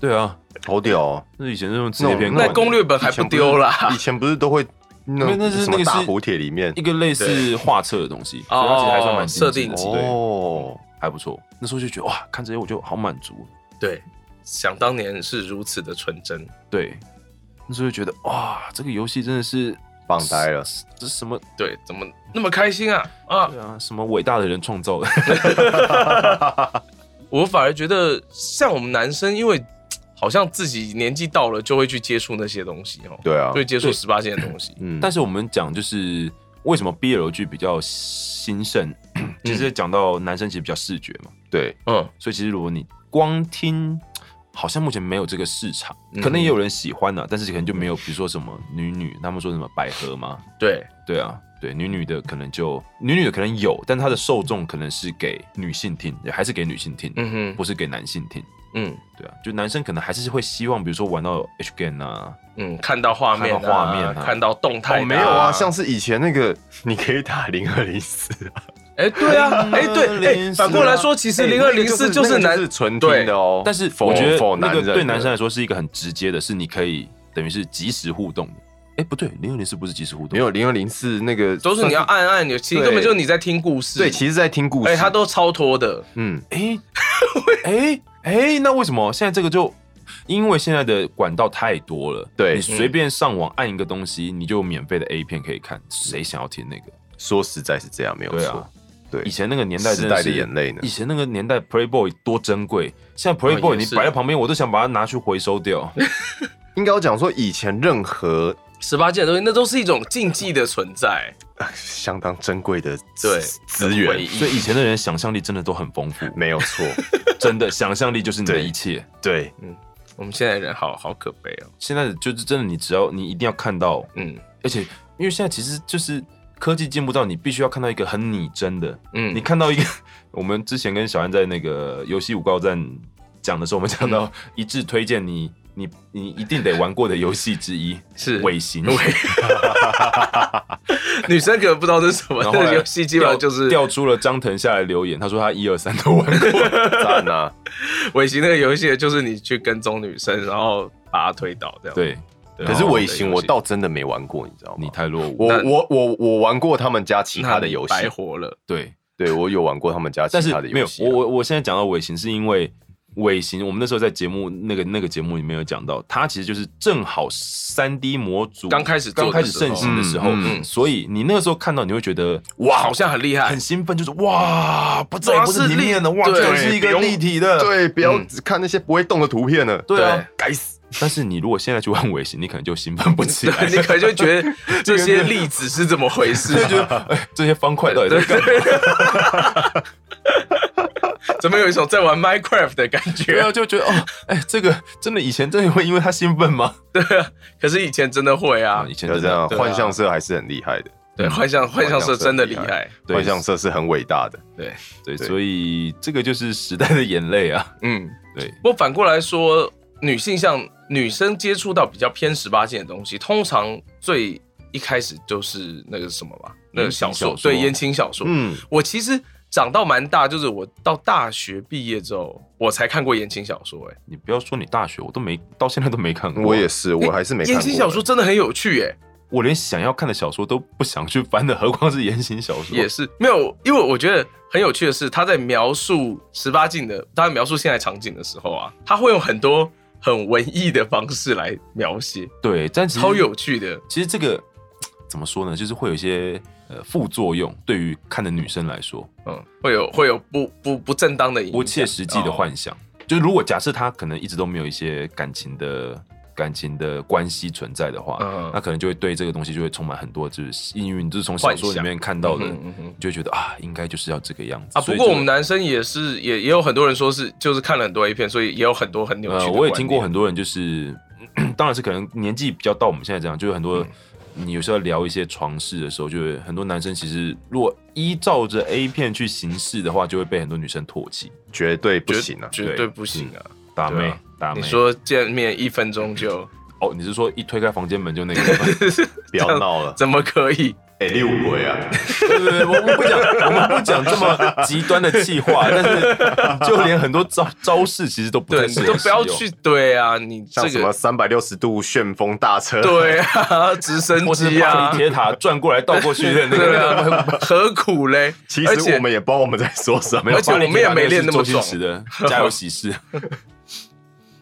Speaker 1: 对啊，
Speaker 2: 好屌哦！
Speaker 1: 那以前是用磁碟片
Speaker 3: 那
Speaker 1: 看
Speaker 2: 那
Speaker 1: 的
Speaker 3: 攻略本还不丢啦
Speaker 2: 以啊前不是都会那
Speaker 1: 没有那是
Speaker 2: 什
Speaker 1: 那个是
Speaker 2: 么大补帖里面
Speaker 1: 一个类似画册的东西，
Speaker 3: 哦
Speaker 1: 所以它其实还算蛮精致的
Speaker 3: 设定集
Speaker 1: 对，
Speaker 2: 哦，
Speaker 1: 还不错。那时候就觉得哇，看这些我就好满足。
Speaker 3: 对，想当年是如此的纯真。
Speaker 1: 对，那时候就觉得哇，这个游戏真的是
Speaker 2: 棒呆了，
Speaker 1: 这什么
Speaker 3: 对，怎么那么开心啊啊！
Speaker 1: 对啊，什么伟大的人创造的。
Speaker 3: 我反而觉得像我们男生，因为好像自己年纪到了就会去接触那些东西哦，
Speaker 2: 对啊
Speaker 3: 就，会接触
Speaker 1: 对
Speaker 3: 十八禁的东西。
Speaker 2: 嗯，
Speaker 1: 但是我们讲就是为什么 BL 剧比较兴盛，就是讲到男生其实比较视觉嘛，
Speaker 2: 对，
Speaker 3: 嗯，
Speaker 1: 所以其实如果你光听。好像目前没有这个市场，可能也有人喜欢呐、但是可能就没有，比如说什么女女，他们说什么百合嘛，
Speaker 3: 对，
Speaker 1: 对啊，对女女的可能就女女的可能有，但她的受众可能是给女性听，还是给女性听，
Speaker 3: 嗯哼
Speaker 1: 不是给男性听。
Speaker 3: 嗯
Speaker 1: 对啊，就男生可能还是会希望，比如说玩到 H game 啊，
Speaker 3: 嗯，看到画面啊、
Speaker 1: 看到画面啊
Speaker 3: 看到动态、
Speaker 2: 哦，没有啊，像是以前那个，你可以打零二零 四，
Speaker 3: 哎、对啊，哎、对，哎、
Speaker 1: 2004
Speaker 3: 反过来说，其实零二零四
Speaker 2: 哎就
Speaker 3: 就是男
Speaker 2: 是纯听的哦。
Speaker 1: 但是
Speaker 2: 否
Speaker 1: 我觉
Speaker 2: 否
Speaker 1: 得那
Speaker 2: 男
Speaker 1: 个
Speaker 2: 人
Speaker 1: 对男生来说是一个很直接的，是你可以等于是即时互动的。哎，不对，零六零四不是即时互动，
Speaker 2: 没有零二零四那个
Speaker 3: 都是你要
Speaker 2: 算
Speaker 3: 按按钮，其实
Speaker 2: 对
Speaker 3: 根本就是你在听故事。
Speaker 2: 对，其实在听故
Speaker 3: 哎、
Speaker 2: 事，
Speaker 3: 他都超脱的，
Speaker 2: 嗯，
Speaker 1: 哎哎哎，那为什么现在这个就？因为现在的管道太多了，
Speaker 2: 对
Speaker 1: 你随便上网按一个东西，你就有免费的 A 片可以看，谁想要听那个？
Speaker 2: 说实在是这嗯样，没有
Speaker 1: 对啊
Speaker 2: 错，对
Speaker 1: 以，前那个年代真
Speaker 2: 时代
Speaker 1: 是
Speaker 2: 的眼泪呢啊
Speaker 1: 以前那个年代 Playboy 多珍贵，现在 Playboy
Speaker 3: 哦也
Speaker 1: 你
Speaker 3: 是
Speaker 1: 摆在旁边，我都想把它拿去回收掉。
Speaker 2: 应该要讲说以前任何
Speaker 3: 十八禁的东西，那都是一种禁忌的存在。
Speaker 2: 呃相当珍贵的
Speaker 3: 对
Speaker 2: 资
Speaker 3: 回
Speaker 2: 源
Speaker 3: 忆，
Speaker 1: 所以以前的人想象力真的都很丰富，
Speaker 2: 没有错，
Speaker 1: 真的想象力就是你的
Speaker 2: 对
Speaker 1: 一切。
Speaker 2: 对，
Speaker 3: 我们现在人好好可悲哦。
Speaker 1: 现在就是真的，你只要你一定要看到，
Speaker 3: 嗯
Speaker 1: 而且因为现在其实就是科技进步到你必须要看到一个很拟真的，
Speaker 3: 嗯，
Speaker 1: 你看到一个， 我们之前跟小安在那个游戏五告站讲的时候，我们讲到一致推荐你你你一定得玩过的游戏之一
Speaker 3: 是
Speaker 1: 尾行，
Speaker 3: 女生可能不知道这是什么，
Speaker 1: 然后
Speaker 3: 这
Speaker 1: 后来
Speaker 3: 个游戏基本上就是
Speaker 1: 调出了张腾下来留言，他说他一二三都玩 过，
Speaker 2: 赞啊呐！
Speaker 3: 尾行那个游戏，就是你去跟踪女生，然后把她推倒这样。
Speaker 1: 对
Speaker 3: 对，
Speaker 2: 可是
Speaker 3: 然后
Speaker 2: 尾行我
Speaker 3: 游戏
Speaker 2: 倒真的没玩过，你知道吗？
Speaker 1: 你太落伍，
Speaker 2: 我
Speaker 3: 那
Speaker 2: 我我我玩过他们家其他的
Speaker 3: 那你
Speaker 2: 游戏，
Speaker 3: 白活了。
Speaker 1: 对，
Speaker 2: 对我有玩过他们家其
Speaker 1: 但是
Speaker 2: 他的
Speaker 1: 没
Speaker 2: 游
Speaker 1: 有
Speaker 2: 戏啊、
Speaker 1: 我我我现在讲到尾行是因为。尾行，我们那时候在节目那个那个节目里面有讲到，它其实就是正好三 D 模组
Speaker 3: 刚开始
Speaker 1: 刚
Speaker 3: 做的
Speaker 1: 开始
Speaker 3: 时候
Speaker 1: 盛行的时候，
Speaker 2: 嗯
Speaker 3: 嗯
Speaker 1: 所以你那个时候看到你会觉得
Speaker 3: 哇，好像很厉害
Speaker 1: 很，兴奋，就是哇，不再不是
Speaker 3: 啊哇是
Speaker 1: 平面的，
Speaker 3: 立
Speaker 1: 哇，
Speaker 3: 对
Speaker 1: 这是一
Speaker 2: 不
Speaker 1: 个
Speaker 2: 用
Speaker 1: 立体的，
Speaker 2: 对，不要只看那些不会动的图片
Speaker 3: 嗯
Speaker 2: 了。
Speaker 1: 对啊，
Speaker 2: 该死！
Speaker 1: 但是你如果现在去玩尾行，你可能就兴奋不起来，
Speaker 3: 对 你可能就觉得这些粒子是怎么回事？
Speaker 1: 就觉得哎，这些方块到底 在干嘛？
Speaker 3: 怎么有一种在玩 Minecraft 的感
Speaker 1: 对
Speaker 3: 觉？
Speaker 1: 啊，就觉得哦，哎，这个真的以前真的会因为他兴奋吗？
Speaker 3: 啊可是以前真的会啊
Speaker 1: 以，前
Speaker 2: 就
Speaker 1: 真
Speaker 2: 这
Speaker 1: 的
Speaker 2: 样，
Speaker 3: 对啊
Speaker 2: 幻象社还是很厉害的，
Speaker 3: 对，幻象幻象社真的厉害，
Speaker 1: 对
Speaker 2: 幻象社是很伟大的。
Speaker 3: 对，
Speaker 1: 对，
Speaker 2: 对
Speaker 1: 所以这个就是时代的眼泪啊。
Speaker 3: 嗯。
Speaker 1: 对，
Speaker 3: 不过反过来说，女性像女生接触到比较偏十八禁的东西，通常最一开始就是那个什么吧，那个小
Speaker 1: 言情
Speaker 3: 说，
Speaker 1: 小说
Speaker 3: 对言情小说。
Speaker 2: 嗯，
Speaker 3: 我其实长到蛮大，就是我到大学毕业之后，我才看过言情小说、哎，
Speaker 1: 你不要说你大学，我都没到现在都没看过，
Speaker 2: 嗯我也是，我还是没看
Speaker 3: 言
Speaker 2: 过。
Speaker 3: 情小说真的很有趣、哎。
Speaker 1: 我连想要看的小说都不想去翻的，何况是言情小说？
Speaker 3: 也是没有，因为我觉得很有趣的是，他在描述十八禁的，他在描述现在场景的时候啊，他会用很多很文艺的方式来描写，
Speaker 1: 对，但其实
Speaker 3: 超有趣的。
Speaker 1: 其实这个怎么说呢，就是会有一些呃副作用，对于看的女生来说，
Speaker 3: 嗯，会有会有不不不正当的影响哦
Speaker 1: 不切实际的幻想。就是如果假设她可能一直都没有一些感情的感情的关系存在的话，
Speaker 3: 嗯
Speaker 1: 那可能就会对这个东西就会充满很多就是因为你就是从小说里面看到的，
Speaker 3: 幻想嗯哼嗯哼
Speaker 1: 你就会觉得啊，应该就是要这个样子
Speaker 3: 啊。
Speaker 1: 所
Speaker 3: 不
Speaker 1: 以
Speaker 3: 过
Speaker 1: 这
Speaker 3: 我
Speaker 1: 个
Speaker 3: 们男生也是也也有很多人说是就是看了很多 A 片，所以也有很多很扭曲的
Speaker 1: 呃，
Speaker 3: 观念、
Speaker 1: 我也听过很多人就是， 当然是可能年纪比较到我们现在这样，就是很
Speaker 3: 嗯
Speaker 1: 多、你有时候聊一些床事的时候，就是很多男生其实如果依照着 A 片去行事的话，就会被很多女生唾弃。
Speaker 2: 绝对不行啊！
Speaker 3: 绝对不行啊！
Speaker 1: 打
Speaker 3: 对
Speaker 1: 妹
Speaker 3: 啊，
Speaker 1: 打妹。
Speaker 3: 你说见面一分钟就，
Speaker 1: 哦，你是说一推开房间门就那个吗？
Speaker 2: 不要闹了
Speaker 3: 怎么可以？
Speaker 2: 哎，六鬼啊！
Speaker 1: 对对对，我们不讲，我们不讲这么极端的气话，但是就连很多招招式其实都不
Speaker 3: 对，
Speaker 1: 太
Speaker 3: 你
Speaker 1: 适合
Speaker 3: 都不要
Speaker 1: 使用
Speaker 3: 去。对啊，你这
Speaker 2: 像
Speaker 3: 个
Speaker 2: 什么三百六十度旋风大 车，
Speaker 3: 对啊，直升
Speaker 1: 或是
Speaker 3: 机
Speaker 1: 巴
Speaker 3: 啊
Speaker 1: 黎，铁塔转过来倒过去的那
Speaker 3: 对
Speaker 1: 个，
Speaker 3: 啊，何苦嘞？
Speaker 2: 其
Speaker 3: 而
Speaker 2: 实
Speaker 3: 且
Speaker 2: 我们也不知道我们在说
Speaker 1: 啊
Speaker 2: 什么
Speaker 3: 而。且我们也没练那么爽
Speaker 1: 巴黎铁塔是周星驰 的《家有喜事》。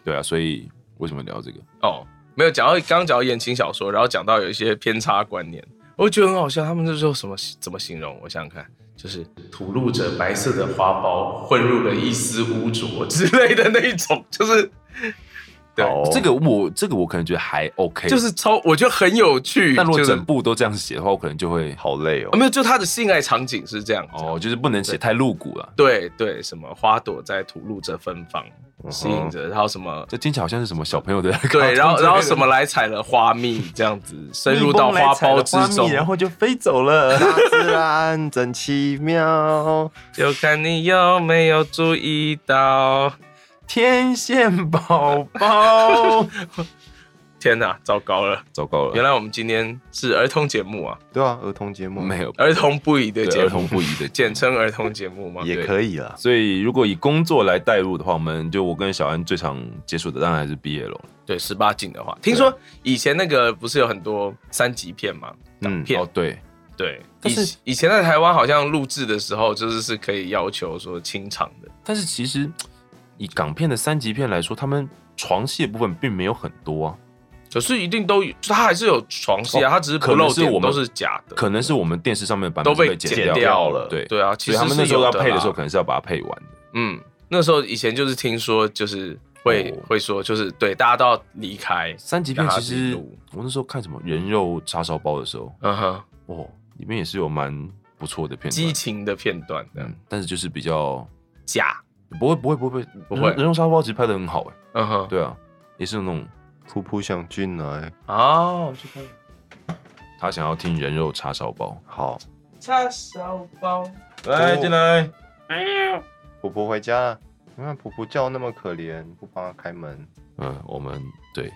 Speaker 1: 对啊，所以为什么聊这个？
Speaker 3: 哦，没有讲到刚刚讲到言情小说，然后讲到有一些偏差观念，我觉得很好笑。他们那时候什么怎么形容？我想想看，就是吐露着白色的花苞，混入了一丝污浊之类的那一种，就是对
Speaker 2: 好
Speaker 1: 这个我这个我可能觉得还 OK，
Speaker 3: 哦就是超，我觉得很有趣。
Speaker 1: 但如果
Speaker 3: 就是
Speaker 1: 整部都这样写的话，我可能就会
Speaker 2: 好累哦
Speaker 3: 啊。没有，就他的性爱场景是这样子。
Speaker 1: 哦，就是不能写太露骨了。
Speaker 3: 对对，什么花朵在吐露着芬芳，吸引着，然后什么
Speaker 1: 这听起来好像是什么小朋友的
Speaker 3: 对，然后然后什么来采了花蜜，这样子深入到花苞之中，
Speaker 1: 后就飞走了。
Speaker 2: 大自然真奇妙，
Speaker 3: 就看你有没有注意到。
Speaker 1: 天线宝宝，
Speaker 3: 天哪，糟糕了！
Speaker 1: 糟糕
Speaker 3: 原
Speaker 1: 了，
Speaker 3: 来我们今天是儿童节目啊，
Speaker 2: 对啊，儿童节目
Speaker 1: 没有
Speaker 3: 儿童不宜的
Speaker 1: 对
Speaker 3: 节
Speaker 1: 儿
Speaker 3: 目，
Speaker 1: 童不宜的
Speaker 3: 简称儿童节目吗？
Speaker 2: 也可以啦。
Speaker 1: 所以，如果以工作来代入的话，我们就我跟小安最常接触的，当然还是 BL 了。
Speaker 3: 对，十八禁的话，听说以前那个不是有很多三级片吗？港
Speaker 2: 嗯
Speaker 3: 片、
Speaker 1: 哦，对，
Speaker 3: 对，
Speaker 1: 但是
Speaker 3: 以以前在台湾好像录制的时候，就是是可以要求说清场的。
Speaker 1: 但是其实以港片的三级片来说，他们床戏的部分并没有很多啊，
Speaker 3: 可是一定都有，就它还是有床戏啊，
Speaker 1: 哦
Speaker 3: 它只是不露
Speaker 1: 可能是
Speaker 3: 点，
Speaker 1: 我们
Speaker 3: 都是假的。
Speaker 1: 可能是我们电视上面的版本
Speaker 3: 都被
Speaker 1: 是被
Speaker 3: 剪
Speaker 1: 掉
Speaker 3: 掉
Speaker 1: 了
Speaker 2: 了
Speaker 1: 对
Speaker 3: 对啊其
Speaker 1: 所以
Speaker 3: 实
Speaker 1: 他们
Speaker 3: 是
Speaker 1: 那时候
Speaker 3: 有
Speaker 1: 要
Speaker 3: 的
Speaker 1: 配的
Speaker 3: 啦
Speaker 1: 时候，可能是要把它配完的。
Speaker 3: 嗯，那时候以前就是听说，就是会、
Speaker 1: 哦
Speaker 3: 会说，就是对大家都要离开。
Speaker 1: 三级片
Speaker 3: 让它
Speaker 1: 其
Speaker 3: 自己
Speaker 1: 实
Speaker 3: 录
Speaker 1: 我那时候看什么人肉叉烧包的时候，
Speaker 3: 嗯哼，
Speaker 1: 哦，里面也是有蛮不错的片
Speaker 3: 激
Speaker 1: 段，
Speaker 3: 情的片段，这样
Speaker 1: 嗯，但是就是比较
Speaker 3: 假，
Speaker 1: 不会不会不会
Speaker 3: 不会
Speaker 1: 人人肉叉烧包其实拍的很好哎、
Speaker 3: 嗯哼，
Speaker 1: 对啊，也是那种
Speaker 2: 噗噗想啊进来，
Speaker 3: 哦，我去看
Speaker 1: 他想要听人肉叉烧包。
Speaker 2: 好，
Speaker 3: 叉烧包，
Speaker 1: 来进来，
Speaker 2: 婆婆回家了。你看婆婆叫那么可怜，不帮她开门，
Speaker 1: 嗯，我们对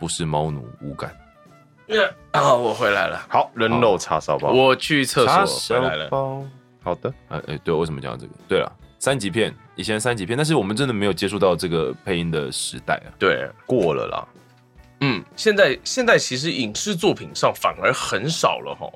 Speaker 1: 不是猫奴无感。
Speaker 3: 啊，我回来了，
Speaker 2: 好，人肉叉烧包，
Speaker 3: 我去厕
Speaker 1: 茶
Speaker 3: 所回来
Speaker 1: 小
Speaker 3: 了。
Speaker 1: 包。
Speaker 2: 好的，
Speaker 1: 啊，哎、对，为什么讲到这个？对了，三级片以前三级片，但是我们真的没有接触到这个配音的时代啊。
Speaker 3: 对，
Speaker 2: 过了啦。
Speaker 3: 嗯，现在现在其实影视作品上反而很少了哈。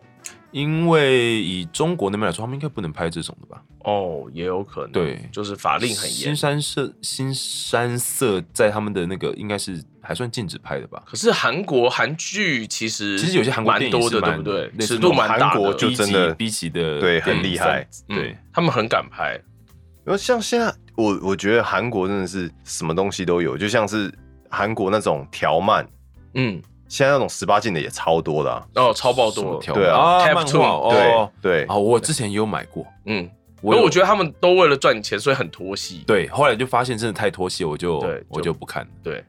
Speaker 1: 因为以中国那边来说，他们应该不能拍这种的吧？
Speaker 3: 哦，也有可能，
Speaker 1: 对
Speaker 3: 就是法令很
Speaker 1: 新
Speaker 3: 严，
Speaker 1: 山社新山社在他们的那个应该是还算禁止拍的吧？
Speaker 3: 可是韩国韩剧其实
Speaker 1: 其实有些韩国
Speaker 3: 蛮
Speaker 1: 电影
Speaker 3: 多
Speaker 1: 是
Speaker 3: 的，对
Speaker 1: 蛮
Speaker 3: 不对？
Speaker 1: 类似
Speaker 3: 尺度蛮大
Speaker 2: 韩
Speaker 3: 的，
Speaker 2: 国就真的
Speaker 1: B 级的
Speaker 2: 对很
Speaker 1: 电影
Speaker 2: 厉害
Speaker 1: 三，对
Speaker 3: 嗯，他们很敢拍，
Speaker 2: 然后像现在，我我觉得韩国真的是什么东西都有，就像是韩国那种条漫，
Speaker 3: 嗯，
Speaker 2: 现在那种十八禁的也超多的、啊。
Speaker 3: 哦，超爆
Speaker 1: 什么
Speaker 3: 多，
Speaker 1: 条
Speaker 2: 对啊
Speaker 1: 啊，
Speaker 3: Tab
Speaker 1: 漫
Speaker 3: Two，
Speaker 1: 画哦，
Speaker 2: 对
Speaker 1: 啊，
Speaker 2: 对，
Speaker 1: 我之前也有买过，
Speaker 3: 嗯，
Speaker 1: 我
Speaker 3: 我
Speaker 1: 有
Speaker 3: 我觉得他们都为了赚钱，所以很拖戏，
Speaker 1: 对，后来就发现真的太拖戏，我就
Speaker 3: 对
Speaker 1: 我
Speaker 3: 就
Speaker 1: 就不看了。
Speaker 3: 对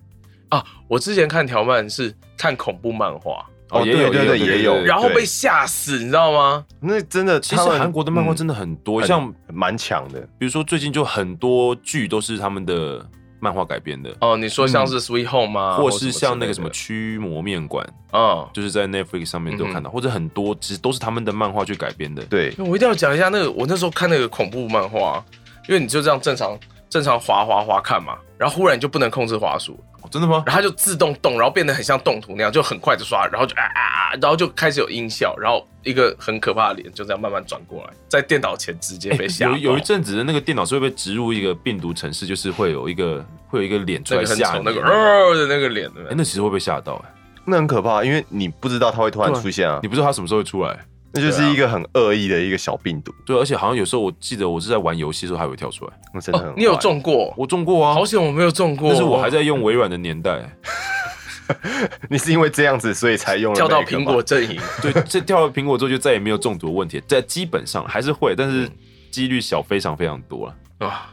Speaker 3: 啊，我之前看条漫是看恐怖漫画，
Speaker 2: 哦
Speaker 1: 也有
Speaker 2: 对对对也有对
Speaker 3: 然后被吓死，你知道吗？
Speaker 2: 那真的，
Speaker 1: 其实韩国的
Speaker 3: 嗯
Speaker 1: 漫画真
Speaker 2: 的、
Speaker 1: 的很多，
Speaker 2: 很
Speaker 1: 像
Speaker 2: 蛮强的。
Speaker 1: 比如说最近就很多剧都是他们的漫画改编的，
Speaker 3: 哦，你说像是 Sweet Home
Speaker 1: 嗯
Speaker 3: 啊，
Speaker 1: 或
Speaker 3: 什
Speaker 1: 是
Speaker 3: 么之
Speaker 1: 像那
Speaker 3: 类
Speaker 1: 个什么
Speaker 3: 的，
Speaker 1: 驱魔面馆，
Speaker 3: 嗯，
Speaker 1: 就是在 Netflix 上面都有看到，或者很多其实都是他们的漫画去改编的。
Speaker 2: 对，
Speaker 3: 我一定要讲一下那个，我那时候看那个恐怖漫画，因为你就这样正常正常滑滑滑看嘛，然后忽然你就不能控制滑鼠，
Speaker 1: 哦，真的吗？
Speaker 3: 然后它就自动动，然后变得很像动图那样，就很快就刷，然后就啊啊啊，然后就开始有音效，然后一个很可怕的脸就这样慢慢转过来，在电脑前直接被吓到、
Speaker 1: 哎有有一阵子的那个电脑是会被植入一个病毒程式，就是会有一个会有一个脸出
Speaker 3: 那
Speaker 1: 来
Speaker 3: 个很
Speaker 1: 吓
Speaker 3: 丑
Speaker 1: 你
Speaker 3: 那个呃啊的那个脸，
Speaker 1: 哎、那其实会被吓到哎、
Speaker 2: 那很可怕，因为你不知道它会突然
Speaker 1: 对啊
Speaker 2: 出现啊，
Speaker 1: 你不知道它什么时候会出来。
Speaker 2: 那就是
Speaker 3: 对啊
Speaker 2: 一个很恶意的一个小病毒，
Speaker 1: 对，而且好像有时候我记得我是在玩游戏的时候还会跳出来，
Speaker 2: 那真的很、
Speaker 3: 哦，你有？中过？
Speaker 1: 我中过啊，
Speaker 3: 好险我没有中过，
Speaker 1: 但是我还在用微软的年代，
Speaker 2: 你是因为这样子，所以才用了
Speaker 3: 跳到
Speaker 2: 那个
Speaker 3: 苹
Speaker 2: 吗
Speaker 3: 果阵营。
Speaker 1: 对，这跳到苹果之后就再也没有中毒的问题，在基本上还是会，但是几率小非常非常多了。
Speaker 3: 啊，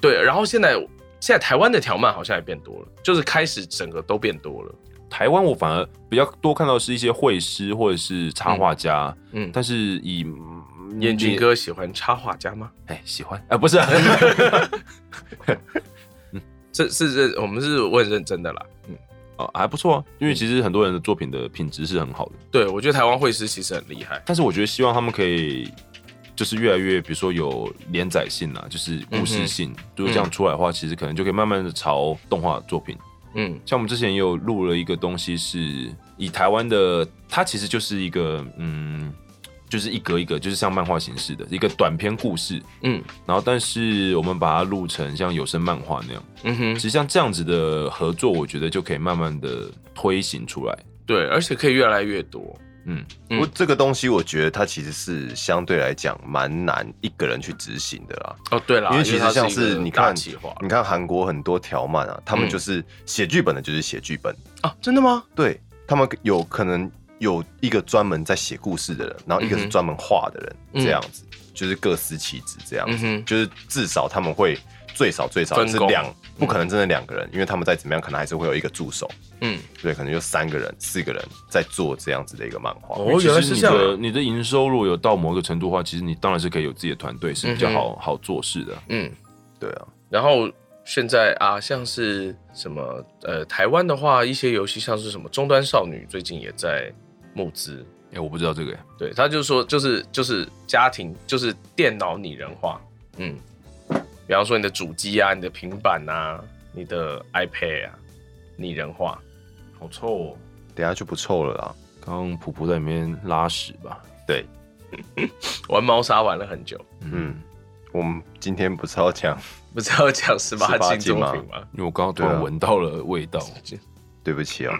Speaker 3: 对，然后现在现在台湾的条漫好像也变多了，就是开始整个都变多了。
Speaker 1: 台湾我反而比较多看到是一些绘师或者是插画家，
Speaker 3: 嗯，
Speaker 1: 但是以嗯
Speaker 3: 燕君哥喜欢插画家吗？
Speaker 1: 哎喜欢啊不是啊
Speaker 3: 这是这我们是我很认真的啦。嗯，
Speaker 1: 哦还不错啊，因为其实很多人的作品的品质是很好的，
Speaker 3: 对，我觉得台湾绘师其实很厉害。
Speaker 1: 但是我觉得希望他们可以就是越来越，比如说有连载性啊，就是故事性，如果这样出来的话，其实可能就可以慢慢的朝动画作品
Speaker 3: 嗯
Speaker 1: 像我们之前也有录了一个东西，是以台湾的，它其实就是一个嗯，就是一格一格，就是像漫画形式的一个短篇故事。
Speaker 3: 嗯
Speaker 1: 然后，但是我们把它录成像有声漫画那样。
Speaker 3: 嗯
Speaker 1: 其
Speaker 3: 哼，
Speaker 1: 实像这样子的合作，我觉得就可以慢慢的推行出来。
Speaker 3: 对，而且可以越来越多。
Speaker 1: 嗯，
Speaker 3: 嗯
Speaker 2: 不过这个东西，我觉得它其实是相对来讲蛮难一个人去执行的啦。
Speaker 3: 哦，对啦，
Speaker 2: 因为其
Speaker 3: 它
Speaker 2: 实像
Speaker 3: 是一
Speaker 2: 是
Speaker 3: 个
Speaker 2: 你
Speaker 3: 大
Speaker 2: 看
Speaker 3: 企划，
Speaker 2: 你看韩国很多条漫啊，他们
Speaker 3: 嗯
Speaker 2: 就是写剧本的，就是写剧本，
Speaker 3: 啊，真的吗？
Speaker 2: 对他们有可能有一个专门在写故事的人，然后一个
Speaker 3: 嗯
Speaker 2: 是
Speaker 3: 哼
Speaker 2: 专门画的人，
Speaker 3: 嗯
Speaker 2: 这样子就是各司其职，这样
Speaker 3: 嗯
Speaker 2: 子、
Speaker 3: 哼
Speaker 2: 就是至少他们会最少最少
Speaker 3: 分
Speaker 2: 是
Speaker 3: 工
Speaker 2: 两，不可能真的两个人，因为他们再怎么样，可能还是会有一个助手，
Speaker 3: 嗯，
Speaker 2: 对，可能就三个人、四个人在做这样子的一个漫画。
Speaker 3: 哦，原来是这
Speaker 1: 其实
Speaker 3: 样。
Speaker 1: 你的你的营收如果有到某一个程度的话，其实你当然是可以有自己的团队，是比较好、好做事的。
Speaker 3: 嗯，
Speaker 2: 对啊，
Speaker 3: 然后现在啊，像是什么呃，台湾的话，一些游戏像是什么《终端少女》，最近也在募资。
Speaker 1: 哎、我不知道这个、哎
Speaker 3: 对，他就说就是就是家庭就是电脑拟人化，嗯，比方说你的主机啊、你的平板啊、你的 iPad 啊，拟人化。
Speaker 1: 好臭哦！
Speaker 2: 等一下就不臭了啦。
Speaker 1: 刚刚普普在里面拉屎吧？
Speaker 2: 对，
Speaker 3: 玩猫砂玩了很久，
Speaker 1: 嗯
Speaker 2: 嗯，我们今天不是要讲，
Speaker 3: 不知道讲十八
Speaker 2: 18
Speaker 3: 禁作
Speaker 2: 禁吗
Speaker 3: 品吗？
Speaker 1: 因为我刚刚突然
Speaker 2: 对啊
Speaker 1: 闻到了味道，
Speaker 2: 对 不起哦，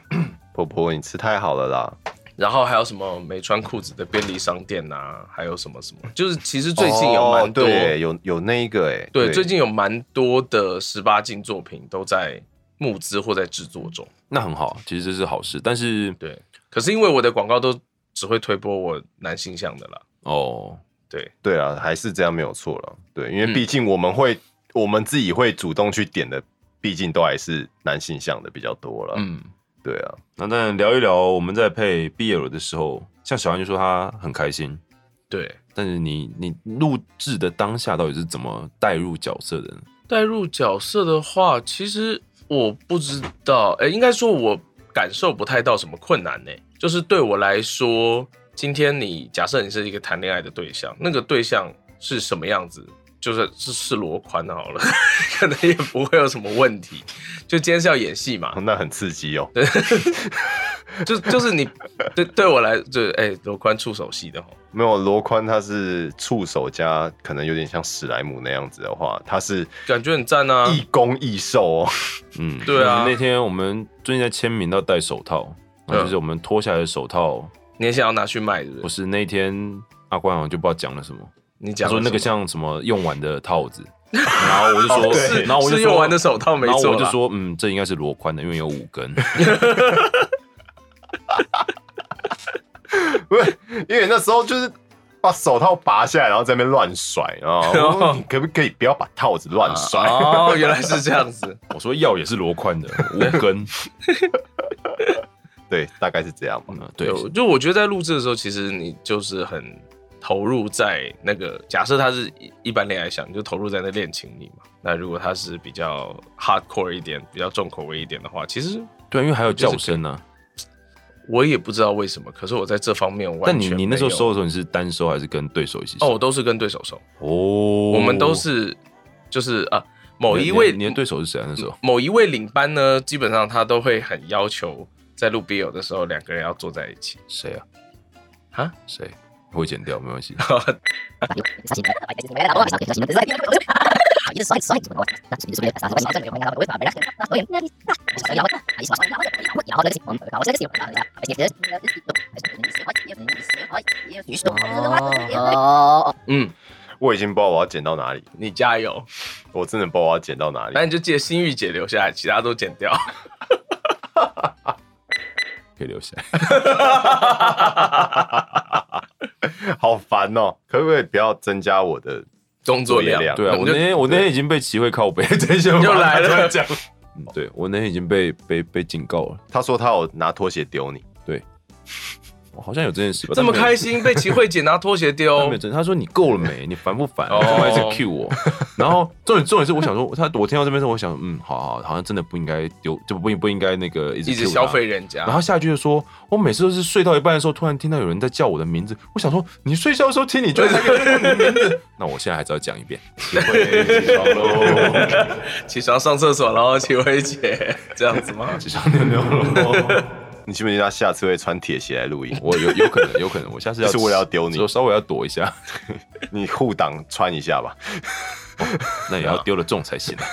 Speaker 2: 婆婆你吃太好了啦。
Speaker 3: 然后还有什么没穿裤子的便利商店啊，还有什么什么，就是其实最近有蛮多、
Speaker 2: 哦对，有有那一个哎，
Speaker 3: 对，最近有蛮多的十八禁作品都在募资或在制作中。
Speaker 1: 那很好，啊其实这是好事。但是
Speaker 3: 对，可是因为我的广告都只会推播我男性向的啦。
Speaker 1: 哦，
Speaker 3: 对，
Speaker 2: 对啊，还是这样没有错了。对，因为
Speaker 3: 嗯
Speaker 2: 毕竟我们会，我们自己会主动去点的，毕竟都还是男性向的比较多了。嗯，
Speaker 1: 嗯，
Speaker 2: 对啊，
Speaker 1: 那当然聊一聊我们在配 BL 的时候，像小安就说他很开心，
Speaker 3: 对，
Speaker 1: 但是你你录制的当下到底是怎么带入角色的呢？
Speaker 3: 带入角色的话，其实我不知道，哎、应该说我感受不太到什么困难呢、就是对我来说，今天你假设你是一个谈恋爱的对象，那个对象是什么样子？就是是是罗宽好了， 可能也不会有什么问题。就今天是要演戏嘛，
Speaker 2: 那很刺激哦。
Speaker 3: 就就是你对对我来，就哎罗宽触手系的吼，
Speaker 2: 没有罗宽他是触手加，可能有点像史莱姆那样子的话，他是
Speaker 3: 感觉很赞啊。
Speaker 2: 易攻易受哦。
Speaker 1: 嗯，
Speaker 3: 对啊
Speaker 1: 那天我们最近在签名到戴手套，
Speaker 3: 嗯
Speaker 1: 就是我们脱下来的手套，
Speaker 3: 你也想要拿去卖，是不
Speaker 1: 不
Speaker 3: 是？
Speaker 1: 是那天阿关好像就不知道讲了什么，
Speaker 3: 你
Speaker 1: 他
Speaker 3: 讲
Speaker 1: 说
Speaker 3: 了
Speaker 1: 那个
Speaker 3: 什么哦
Speaker 1: 像什么用完的套子，然后我就 说，嗯
Speaker 3: 是，
Speaker 1: 然后我就是说
Speaker 3: 用完的手套没
Speaker 1: 然后
Speaker 3: 错
Speaker 1: 我
Speaker 3: 啦，
Speaker 1: 就说，嗯，这应该是罗宽的，因为有五根。
Speaker 2: 不是，因为那时候就是把手套拔下来，然后在那边乱甩啊。我说你可不可以不要把套子乱甩？
Speaker 3: 哦，原来是这样 子。
Speaker 1: 我说药也是罗宽的，五根。
Speaker 2: 对，大概是这样吧。
Speaker 1: 嗯，对
Speaker 3: 对，，我就我觉得在录制的时候，其实你就是很投入在那个假设他是一一般恋爱项，你就投入在那恋情里嘛。那如果他是比较 hardcore 一点、比较重口味一点的话，其实
Speaker 1: 对，因为还有叫声啊呢。
Speaker 3: 我也不知道为什么，可是我在这方面完
Speaker 1: 但
Speaker 3: 全
Speaker 1: 你你那时候
Speaker 3: 没有
Speaker 1: 收的时候，你是单收还是跟对手一起收？
Speaker 3: 哦，我都是跟对手收，
Speaker 1: 哦，
Speaker 3: 我
Speaker 1: 我
Speaker 3: 们都是就是啊，某一
Speaker 1: 你
Speaker 3: 位
Speaker 1: 的你的对手是谁啊？那时候
Speaker 3: 某一位领班呢，基本上他都会很要求在录 BL 的时候两个人要坐在一起
Speaker 1: 谁啊？
Speaker 3: 啊。
Speaker 1: 谁？我会剪掉，没关 系。
Speaker 4: 哦哦，
Speaker 3: 嗯，
Speaker 2: 我已经不知道我要剪到哪里，
Speaker 3: 你加油，
Speaker 2: 我真的不知道我要剪 到哪里。
Speaker 3: 那你就记得心玉姐留下来，其他都剪掉。
Speaker 1: 可以留下来。
Speaker 2: 好烦哦、可不可以不要增加我的？
Speaker 3: 工作量
Speaker 2: 作业量
Speaker 1: 对啊，
Speaker 3: 那我
Speaker 1: 我
Speaker 3: 就
Speaker 1: 那天我那天已经被齐慧靠背，等一下
Speaker 3: 又来了
Speaker 1: 我马上讲。 嗯对我那天已经被被被警告了，
Speaker 2: 他说他有拿拖鞋丢你，
Speaker 1: 我好像有这件事吧？
Speaker 3: 这么
Speaker 1: 但没有
Speaker 3: 开心，被齐慧姐拿拖鞋
Speaker 1: 他
Speaker 3: 丢
Speaker 1: 没有，真的，他说你够了没？你烦不烦？
Speaker 3: 哦
Speaker 1: 干嘛一直 cue 我？然后重点重点是，我想说，他我听到这边的时候，我想，嗯，好好，好像真的不应该丢，就不应不应该那个一直
Speaker 3: 一直
Speaker 1: cue 他
Speaker 3: 消费。人家
Speaker 1: 然。后下一句就说，我每次都是睡到一半的时候，突然听到有人在叫我的名字，我想说，你睡觉的时候听你就在叫你的名字， 那我现在还是要讲一 遍。
Speaker 3: 起床上厕所，然后齐慧姐这样子吗？
Speaker 1: 只想牛牛了，
Speaker 2: 你信不信他下次会穿铁鞋来录音？
Speaker 1: 我有有可能，有可能，我下次要
Speaker 2: 就是为了要丢你
Speaker 1: 就稍微要躲一 下，
Speaker 2: 你护挡穿一下吧。
Speaker 1: 那也要丢了中才行啊。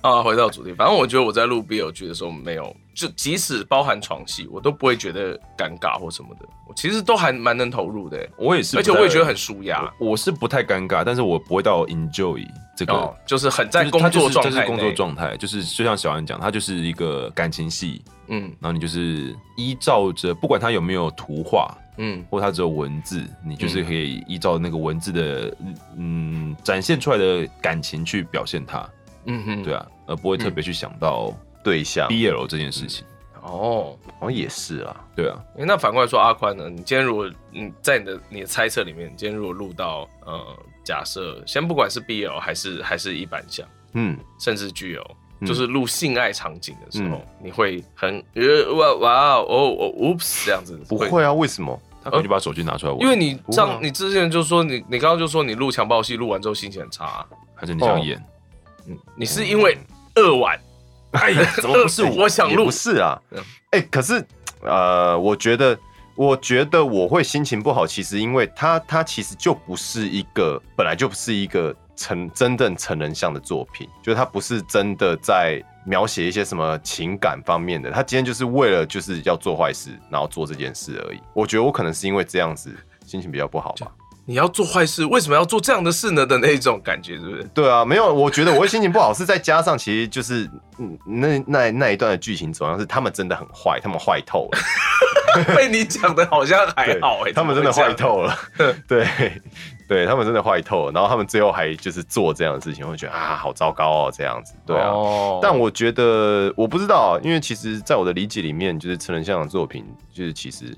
Speaker 3: 啊，回到主题，反正我觉得我在录 BL 剧的时候没有，就即使包含床戏，我都不会觉得尴尬或什么的，我其实都还蛮能投入的、欸
Speaker 1: 我也是不
Speaker 3: 而
Speaker 1: 太，
Speaker 3: 且我也觉得很舒压。
Speaker 1: 我，我是不太尴尬，但是我不会到 enjoy 这个，
Speaker 3: 哦，就是很
Speaker 1: 就
Speaker 3: 在
Speaker 1: 是
Speaker 3: 工
Speaker 1: 它就
Speaker 3: 作
Speaker 1: 是
Speaker 3: 状
Speaker 1: 这是
Speaker 3: 态，
Speaker 1: 工作，状态，就是就像小安讲，它就是一个感情戏，
Speaker 3: 嗯
Speaker 1: 然后你就是依照着，不管它有没有图画，
Speaker 3: 嗯，
Speaker 1: 或它只有文字，你就是可以依照那个文字的，嗯，展现出来的感情去表现它，
Speaker 3: 嗯哼，
Speaker 1: 对
Speaker 3: 啊，
Speaker 1: 啊，而不会特别去想到
Speaker 2: 对象
Speaker 1: BL 这件事情，
Speaker 3: 哦，
Speaker 2: 好像也是啊，
Speaker 1: 对啊，
Speaker 3: 诶那反过来说，阿宽呢？你今天如果你在你的你的猜测里面，你今天如果录到呃，假设先不管是 BL 还是还是一般像，
Speaker 2: 嗯，
Speaker 3: 甚至具有，
Speaker 2: 嗯
Speaker 3: 就是录性爱场景的时候，
Speaker 2: 嗯
Speaker 3: 你会很呃哇哇哦哦 oops 这样子，
Speaker 2: 不会啊，为什么？
Speaker 1: 他可能就把手机拿出来玩，
Speaker 3: 因为你
Speaker 2: 不会啊
Speaker 3: 上你之前就说你你刚刚就说你录强暴戏录完之后心情很差啊、
Speaker 1: 还是你想演，
Speaker 3: 你是因
Speaker 2: 嗯
Speaker 3: 为二 晚，哎，怎么不是 我想
Speaker 2: 也
Speaker 3: 录
Speaker 2: 不？是啊
Speaker 3: 嗯，
Speaker 2: 哎、可是呃，我觉得，我觉得我会心情不好，其实因为它它其实就不是一个本来就不是一个成真正成人向的作品，就是它不是真的在描写一些什么情感方面的，它今天就是为了就是要做坏事，然后做这件事而已。我觉得我可能是因为这样子心情比较不好吧。
Speaker 3: 你要做坏事，为什么要做这样的事呢？的那种感觉，是不是？
Speaker 2: 对啊，没有，我觉得我会心情不好，是再加上其实就是嗯，那那那一段的剧情走向是他们真的很坏，他们坏透了。
Speaker 3: 被你讲的好像还
Speaker 2: 对，
Speaker 3: 好哎、
Speaker 2: 他们真的
Speaker 3: 怎么
Speaker 2: 坏
Speaker 3: 会这样
Speaker 2: 透了， 对，对他们真的坏透了，然后他们最后还就是做这样的事情，会觉得啊，好糟糕哦，这样子，对啊。
Speaker 3: 哦
Speaker 2: 但我觉得我不知道，因为其实在我的理解里面，就是成人向的作品，就是其实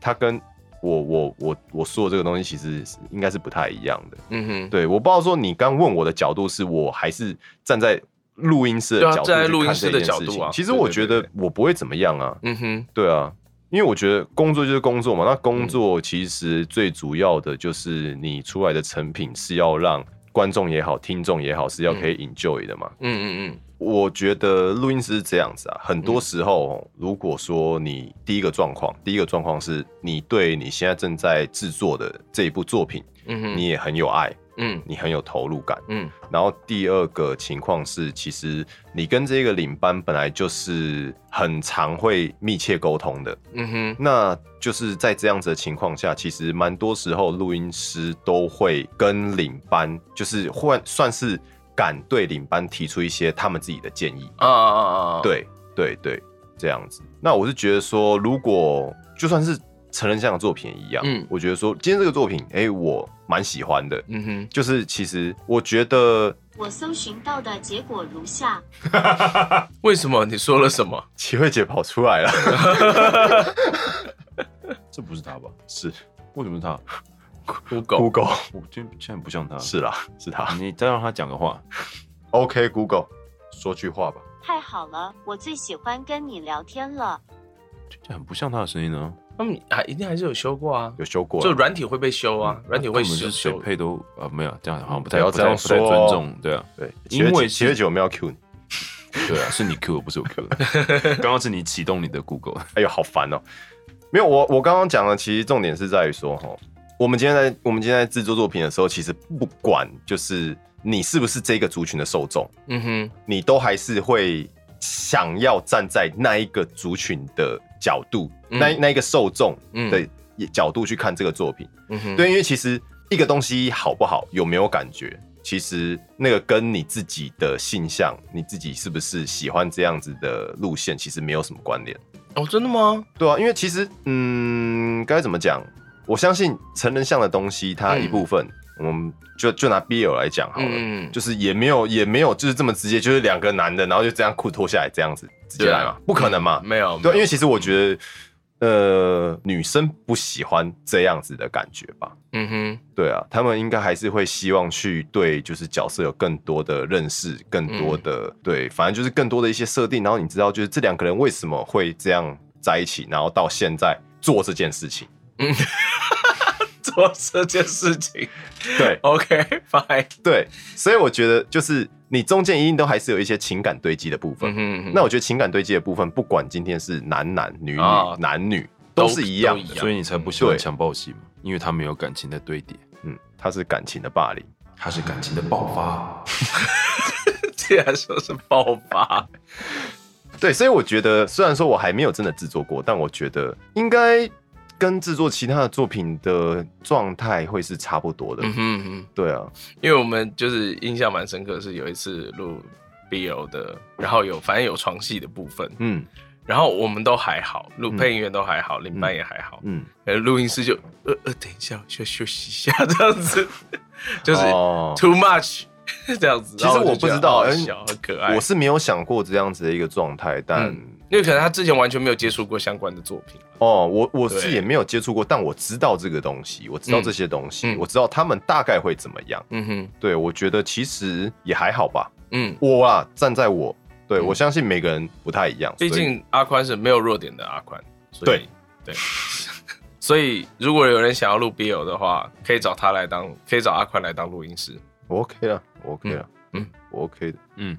Speaker 2: 它跟我我我我说的这个东西，其实是应该是不太一样的。
Speaker 3: 嗯哼，
Speaker 2: 对，我不知道说你刚问我的角度是我还是站在录音师
Speaker 3: 对
Speaker 2: 的
Speaker 3: 啊
Speaker 2: 角度
Speaker 3: 站在
Speaker 2: 去
Speaker 3: 录音
Speaker 2: 看
Speaker 3: 师
Speaker 2: 这
Speaker 3: 的
Speaker 2: 件
Speaker 3: 角
Speaker 2: 事
Speaker 3: 度
Speaker 2: 情
Speaker 3: 啊
Speaker 2: 其实
Speaker 3: 对
Speaker 2: 我
Speaker 3: 对
Speaker 2: 觉
Speaker 3: 对
Speaker 2: 得我不会怎么样啊，
Speaker 3: 嗯哼，
Speaker 2: 对啊，因为我觉得工作就是工作嘛，那
Speaker 3: 嗯
Speaker 2: 工作其实最主要的就是你出来的成品是要让观众也好、听众也好是要可以 enjoy 的嘛。
Speaker 3: 嗯嗯
Speaker 2: 我觉得录音师是这样子啊，很多时候哦、如果说你第一个状况，第一个状况是你对你现在正在制作的这一部作品，
Speaker 3: 嗯嗯哼，
Speaker 2: 你也很有爱，
Speaker 3: 嗯
Speaker 2: 你很有投入感。
Speaker 3: 嗯
Speaker 2: 然后第二个情况是，其实你跟这个领班本来就是很常会密切沟通的，
Speaker 3: 嗯哼，
Speaker 2: 那就是在这样子的情况下，其实蛮多时候录音师都会跟领班，就是换算是敢对领班提出一些他们自己的建议。
Speaker 3: 啊啊啊啊，
Speaker 2: 对对对，这样子。那我是觉得说，如果就算是成人像的作品一样，
Speaker 3: 嗯
Speaker 2: 嗯，我觉得说今天这个作品，哎、我蛮喜欢的。
Speaker 3: 嗯哼，
Speaker 2: 就是其实我觉得
Speaker 5: 我搜寻到的结果如下：
Speaker 3: 为什么你说了什么？
Speaker 2: 齐慧姐跑出来了，
Speaker 1: 这不是他吧？
Speaker 2: 是
Speaker 1: 为什么是他？
Speaker 3: Google
Speaker 2: Google，
Speaker 1: 我今天现在不像他。
Speaker 2: 是啦，是他。
Speaker 1: 你再让他讲个话。
Speaker 2: OK Google，说句话吧。
Speaker 5: 太好了，我最喜欢跟你聊天了。
Speaker 1: 这很不像他的声音啊呢、
Speaker 3: 他们还一定还是有修过啊，
Speaker 2: 有嗯修过了，
Speaker 3: 就软体会被修啊，软体
Speaker 1: 那嗯
Speaker 3: 会
Speaker 1: 根本
Speaker 3: 修
Speaker 1: 就是谁
Speaker 3: 修。
Speaker 1: 配都啊没有，这样好像不
Speaker 2: 不
Speaker 1: 太
Speaker 2: 要
Speaker 1: 不
Speaker 2: 这
Speaker 1: 太
Speaker 2: 样
Speaker 1: 不太
Speaker 2: 说
Speaker 1: 尊
Speaker 2: 哦
Speaker 1: 重，对啊，
Speaker 2: 对，
Speaker 1: 因为
Speaker 2: 七月九没有 Q 你，
Speaker 1: 对啊，是你 Q 的，不是我 Q 的。刚刚是你启动你的 Google，
Speaker 2: 哎呦，好烦哦、没有，我我刚刚讲的，其实重点是在于说，哈，我们今天在我们今天在制作作品的时候，其实不管就是你是不是这个族群的受众，
Speaker 3: 嗯哼，
Speaker 2: 你都还是会想要站在那一个族群的角度，
Speaker 3: 嗯
Speaker 2: 那那一个受众
Speaker 3: 嗯
Speaker 2: 的角度去看这个作品。
Speaker 3: 嗯哼，
Speaker 2: 对，因为其实一个东西好不好，有没有感觉，其实那个跟你自己的性向，你自己是不是喜欢这样子的路线，其实没有什么关联。
Speaker 3: 哦，真的吗？
Speaker 2: 对啊，因为其实，嗯，该怎么讲？我相信成人向的东西，它一部分，我们就就拿 BL 来讲好了，
Speaker 3: 嗯，
Speaker 2: 就是也没有也没有就是这么直接，就是两个男的，然后就这样裤脱下来这样子直接
Speaker 3: 对啊嗯
Speaker 2: 来嘛，不可能嘛，
Speaker 3: 没有，
Speaker 2: 对啊，因
Speaker 3: 为
Speaker 2: 为其实我觉得，呃，女生不喜欢这样子的感觉吧。
Speaker 3: 嗯哼，
Speaker 2: 对啊，他们应该还是会希望去对就是角色有更多的认识，更
Speaker 3: 嗯
Speaker 2: 多的、对，反正就是更多的一些设定，然后你知道就是这两个人为什么会这样在一起，然后到现在做这件事情。
Speaker 3: 做这件事情
Speaker 2: 对
Speaker 3: ，OK，fine，
Speaker 2: 对，所以我觉得就是你中间一定都还是有一些情感堆积的部分。
Speaker 3: 嗯哼，
Speaker 2: 那我觉得情感堆积的部分，不管今天是男男女女、
Speaker 3: 啊
Speaker 2: 男女，
Speaker 3: 都
Speaker 2: 都是一样
Speaker 3: 都一
Speaker 2: 的。
Speaker 3: 样
Speaker 1: 所以你才不喜欢
Speaker 2: 对
Speaker 1: 强暴戏嘛，因为他没有感情的堆叠，
Speaker 2: 嗯，它是感情的霸凌。
Speaker 1: 他是感情的爆发。
Speaker 3: 竟然说是爆发，
Speaker 2: 对，所以我觉得，虽然说我还没有真的制作过，但我觉得应该跟制作其他的作品的状态会是差不多的。
Speaker 3: 嗯哼嗯哼。
Speaker 2: 对啊，
Speaker 3: 因为我们就是印象蛮深刻，是有一次录 BL 的，然后有反正有床戏的部分，
Speaker 2: 嗯
Speaker 3: 然后我们都还好，录
Speaker 2: 嗯
Speaker 3: 配音员都还好，领班也还好，
Speaker 2: 嗯，
Speaker 3: 呃，录音师就呃呃，等一下，我需要休息一下，这样 子，就是
Speaker 2: 哦
Speaker 3: too much 这样子。
Speaker 2: 其实
Speaker 3: 然后
Speaker 2: 我
Speaker 3: 就觉
Speaker 2: 不
Speaker 3: 得
Speaker 2: 知道
Speaker 3: 好好
Speaker 2: 哎
Speaker 3: 笑很可爱。
Speaker 2: 我是没有想过这样子的一个状态，但、
Speaker 3: 嗯因为可能他之前完全没有接触过相关的作品，
Speaker 2: 哦，我我
Speaker 3: 对
Speaker 2: 是也没有接触过，但我知道这个东西，我知道
Speaker 3: 嗯
Speaker 2: 这些东西，
Speaker 3: 嗯
Speaker 2: 我知道他们大概会怎么样。
Speaker 3: 嗯哼，
Speaker 2: 对，我觉得其实也还好吧。
Speaker 3: 嗯，
Speaker 2: 我啊，站在我，对、
Speaker 3: 嗯
Speaker 2: 我相信每个人不太一样，
Speaker 3: 毕
Speaker 2: 所以
Speaker 3: 竟阿宽是没有弱点的阿宽，所以
Speaker 2: 对
Speaker 3: 对， 所以如果有人想要录 BL 的话，可以找他来当，可以找阿宽来当录音师。
Speaker 2: 我 OK 了，我 OK 了，
Speaker 3: 嗯
Speaker 2: 嗯，我 OK 的。
Speaker 1: 嗯，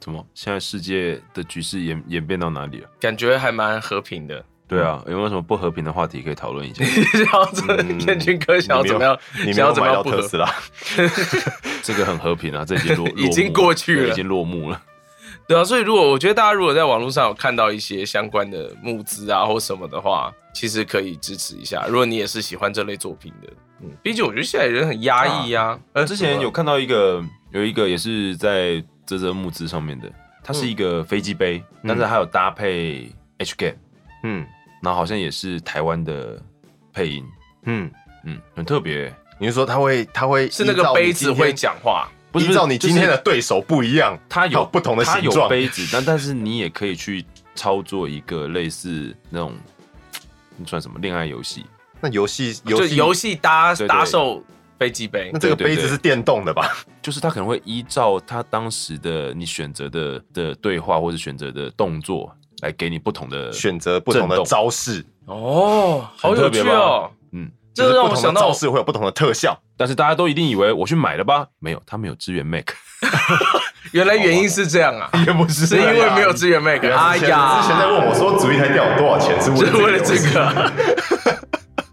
Speaker 1: 怎么？现在世界的局势演演变到哪里了？
Speaker 3: 感觉还蛮和平的，
Speaker 1: 对啊，有没有什么不和平的话题可以讨论一下？
Speaker 3: 想要怎么
Speaker 2: 嗯
Speaker 3: 彦军哥想要怎么样
Speaker 2: 你没有，你没
Speaker 3: 想要
Speaker 2: 有
Speaker 3: 怎么
Speaker 2: 买
Speaker 3: 样
Speaker 2: 到
Speaker 3: 不合
Speaker 2: 特斯拉？
Speaker 1: 这个很和平啊，这已经落
Speaker 3: 已经
Speaker 1: 落幕
Speaker 3: 过去了
Speaker 1: 对已经落幕了。
Speaker 3: 对啊，所以如果我觉得大家如果在网络上有看到一些相关的募资啊或什么的话，其实可以支持一下。如果你也是喜欢这类作品的，嗯，毕竟我觉得现在人很压抑啊。
Speaker 1: 呃，之前有看到一个，有一个也是在这则募资上面的，它是一个飞机杯，但是还有搭配 H Game，
Speaker 2: 嗯
Speaker 1: 然后好像也是台湾的配音，
Speaker 2: 嗯，
Speaker 1: 嗯，很特别、
Speaker 2: 你是说他会他会
Speaker 3: 是那
Speaker 2: 依
Speaker 3: 个
Speaker 2: 照你
Speaker 3: 杯子
Speaker 2: 今天
Speaker 3: 会，讲话，
Speaker 1: 不是
Speaker 2: 依照你今天
Speaker 1: 就是
Speaker 2: 的对手不一样，
Speaker 1: 它有
Speaker 2: 有不同的
Speaker 1: 它
Speaker 2: 形
Speaker 1: 有
Speaker 2: 状。
Speaker 1: 杯子，但但是你也可以去操作一个类似那种，那算什么恋爱游戏？
Speaker 2: 那游戏
Speaker 3: 就
Speaker 2: 戏
Speaker 3: 游戏搭
Speaker 1: 对对
Speaker 3: 搭售飞机杯
Speaker 2: 那。这个
Speaker 1: 对对
Speaker 2: 杯子是电动的吧？
Speaker 1: 就是他可能会依照他当时的你选择的的对话或者选择的动作来给你不同的
Speaker 2: 选择不同的
Speaker 1: 震动
Speaker 2: 招式，
Speaker 3: 哦，好
Speaker 1: 很
Speaker 3: 有
Speaker 1: 特别
Speaker 3: 趣
Speaker 1: 吧
Speaker 3: 哦！
Speaker 1: 嗯，
Speaker 2: 就是
Speaker 3: 这让
Speaker 2: 不
Speaker 3: 我
Speaker 2: 同的
Speaker 3: 想到
Speaker 2: 招式会有不同的特效。
Speaker 1: 但是大家都一定以为我去买了吧？没有，他没有支援 Mac，
Speaker 3: 原来原因是这样啊，
Speaker 2: 哦
Speaker 1: 也不是
Speaker 3: 是因为没有支援 Mac。哎
Speaker 2: 之前
Speaker 3: 呀，
Speaker 2: 在问我说，组一台电脑多 少钱，是为
Speaker 3: 是
Speaker 2: 了
Speaker 3: 为了
Speaker 2: 个
Speaker 3: 这
Speaker 2: 游戏
Speaker 3: 个啊，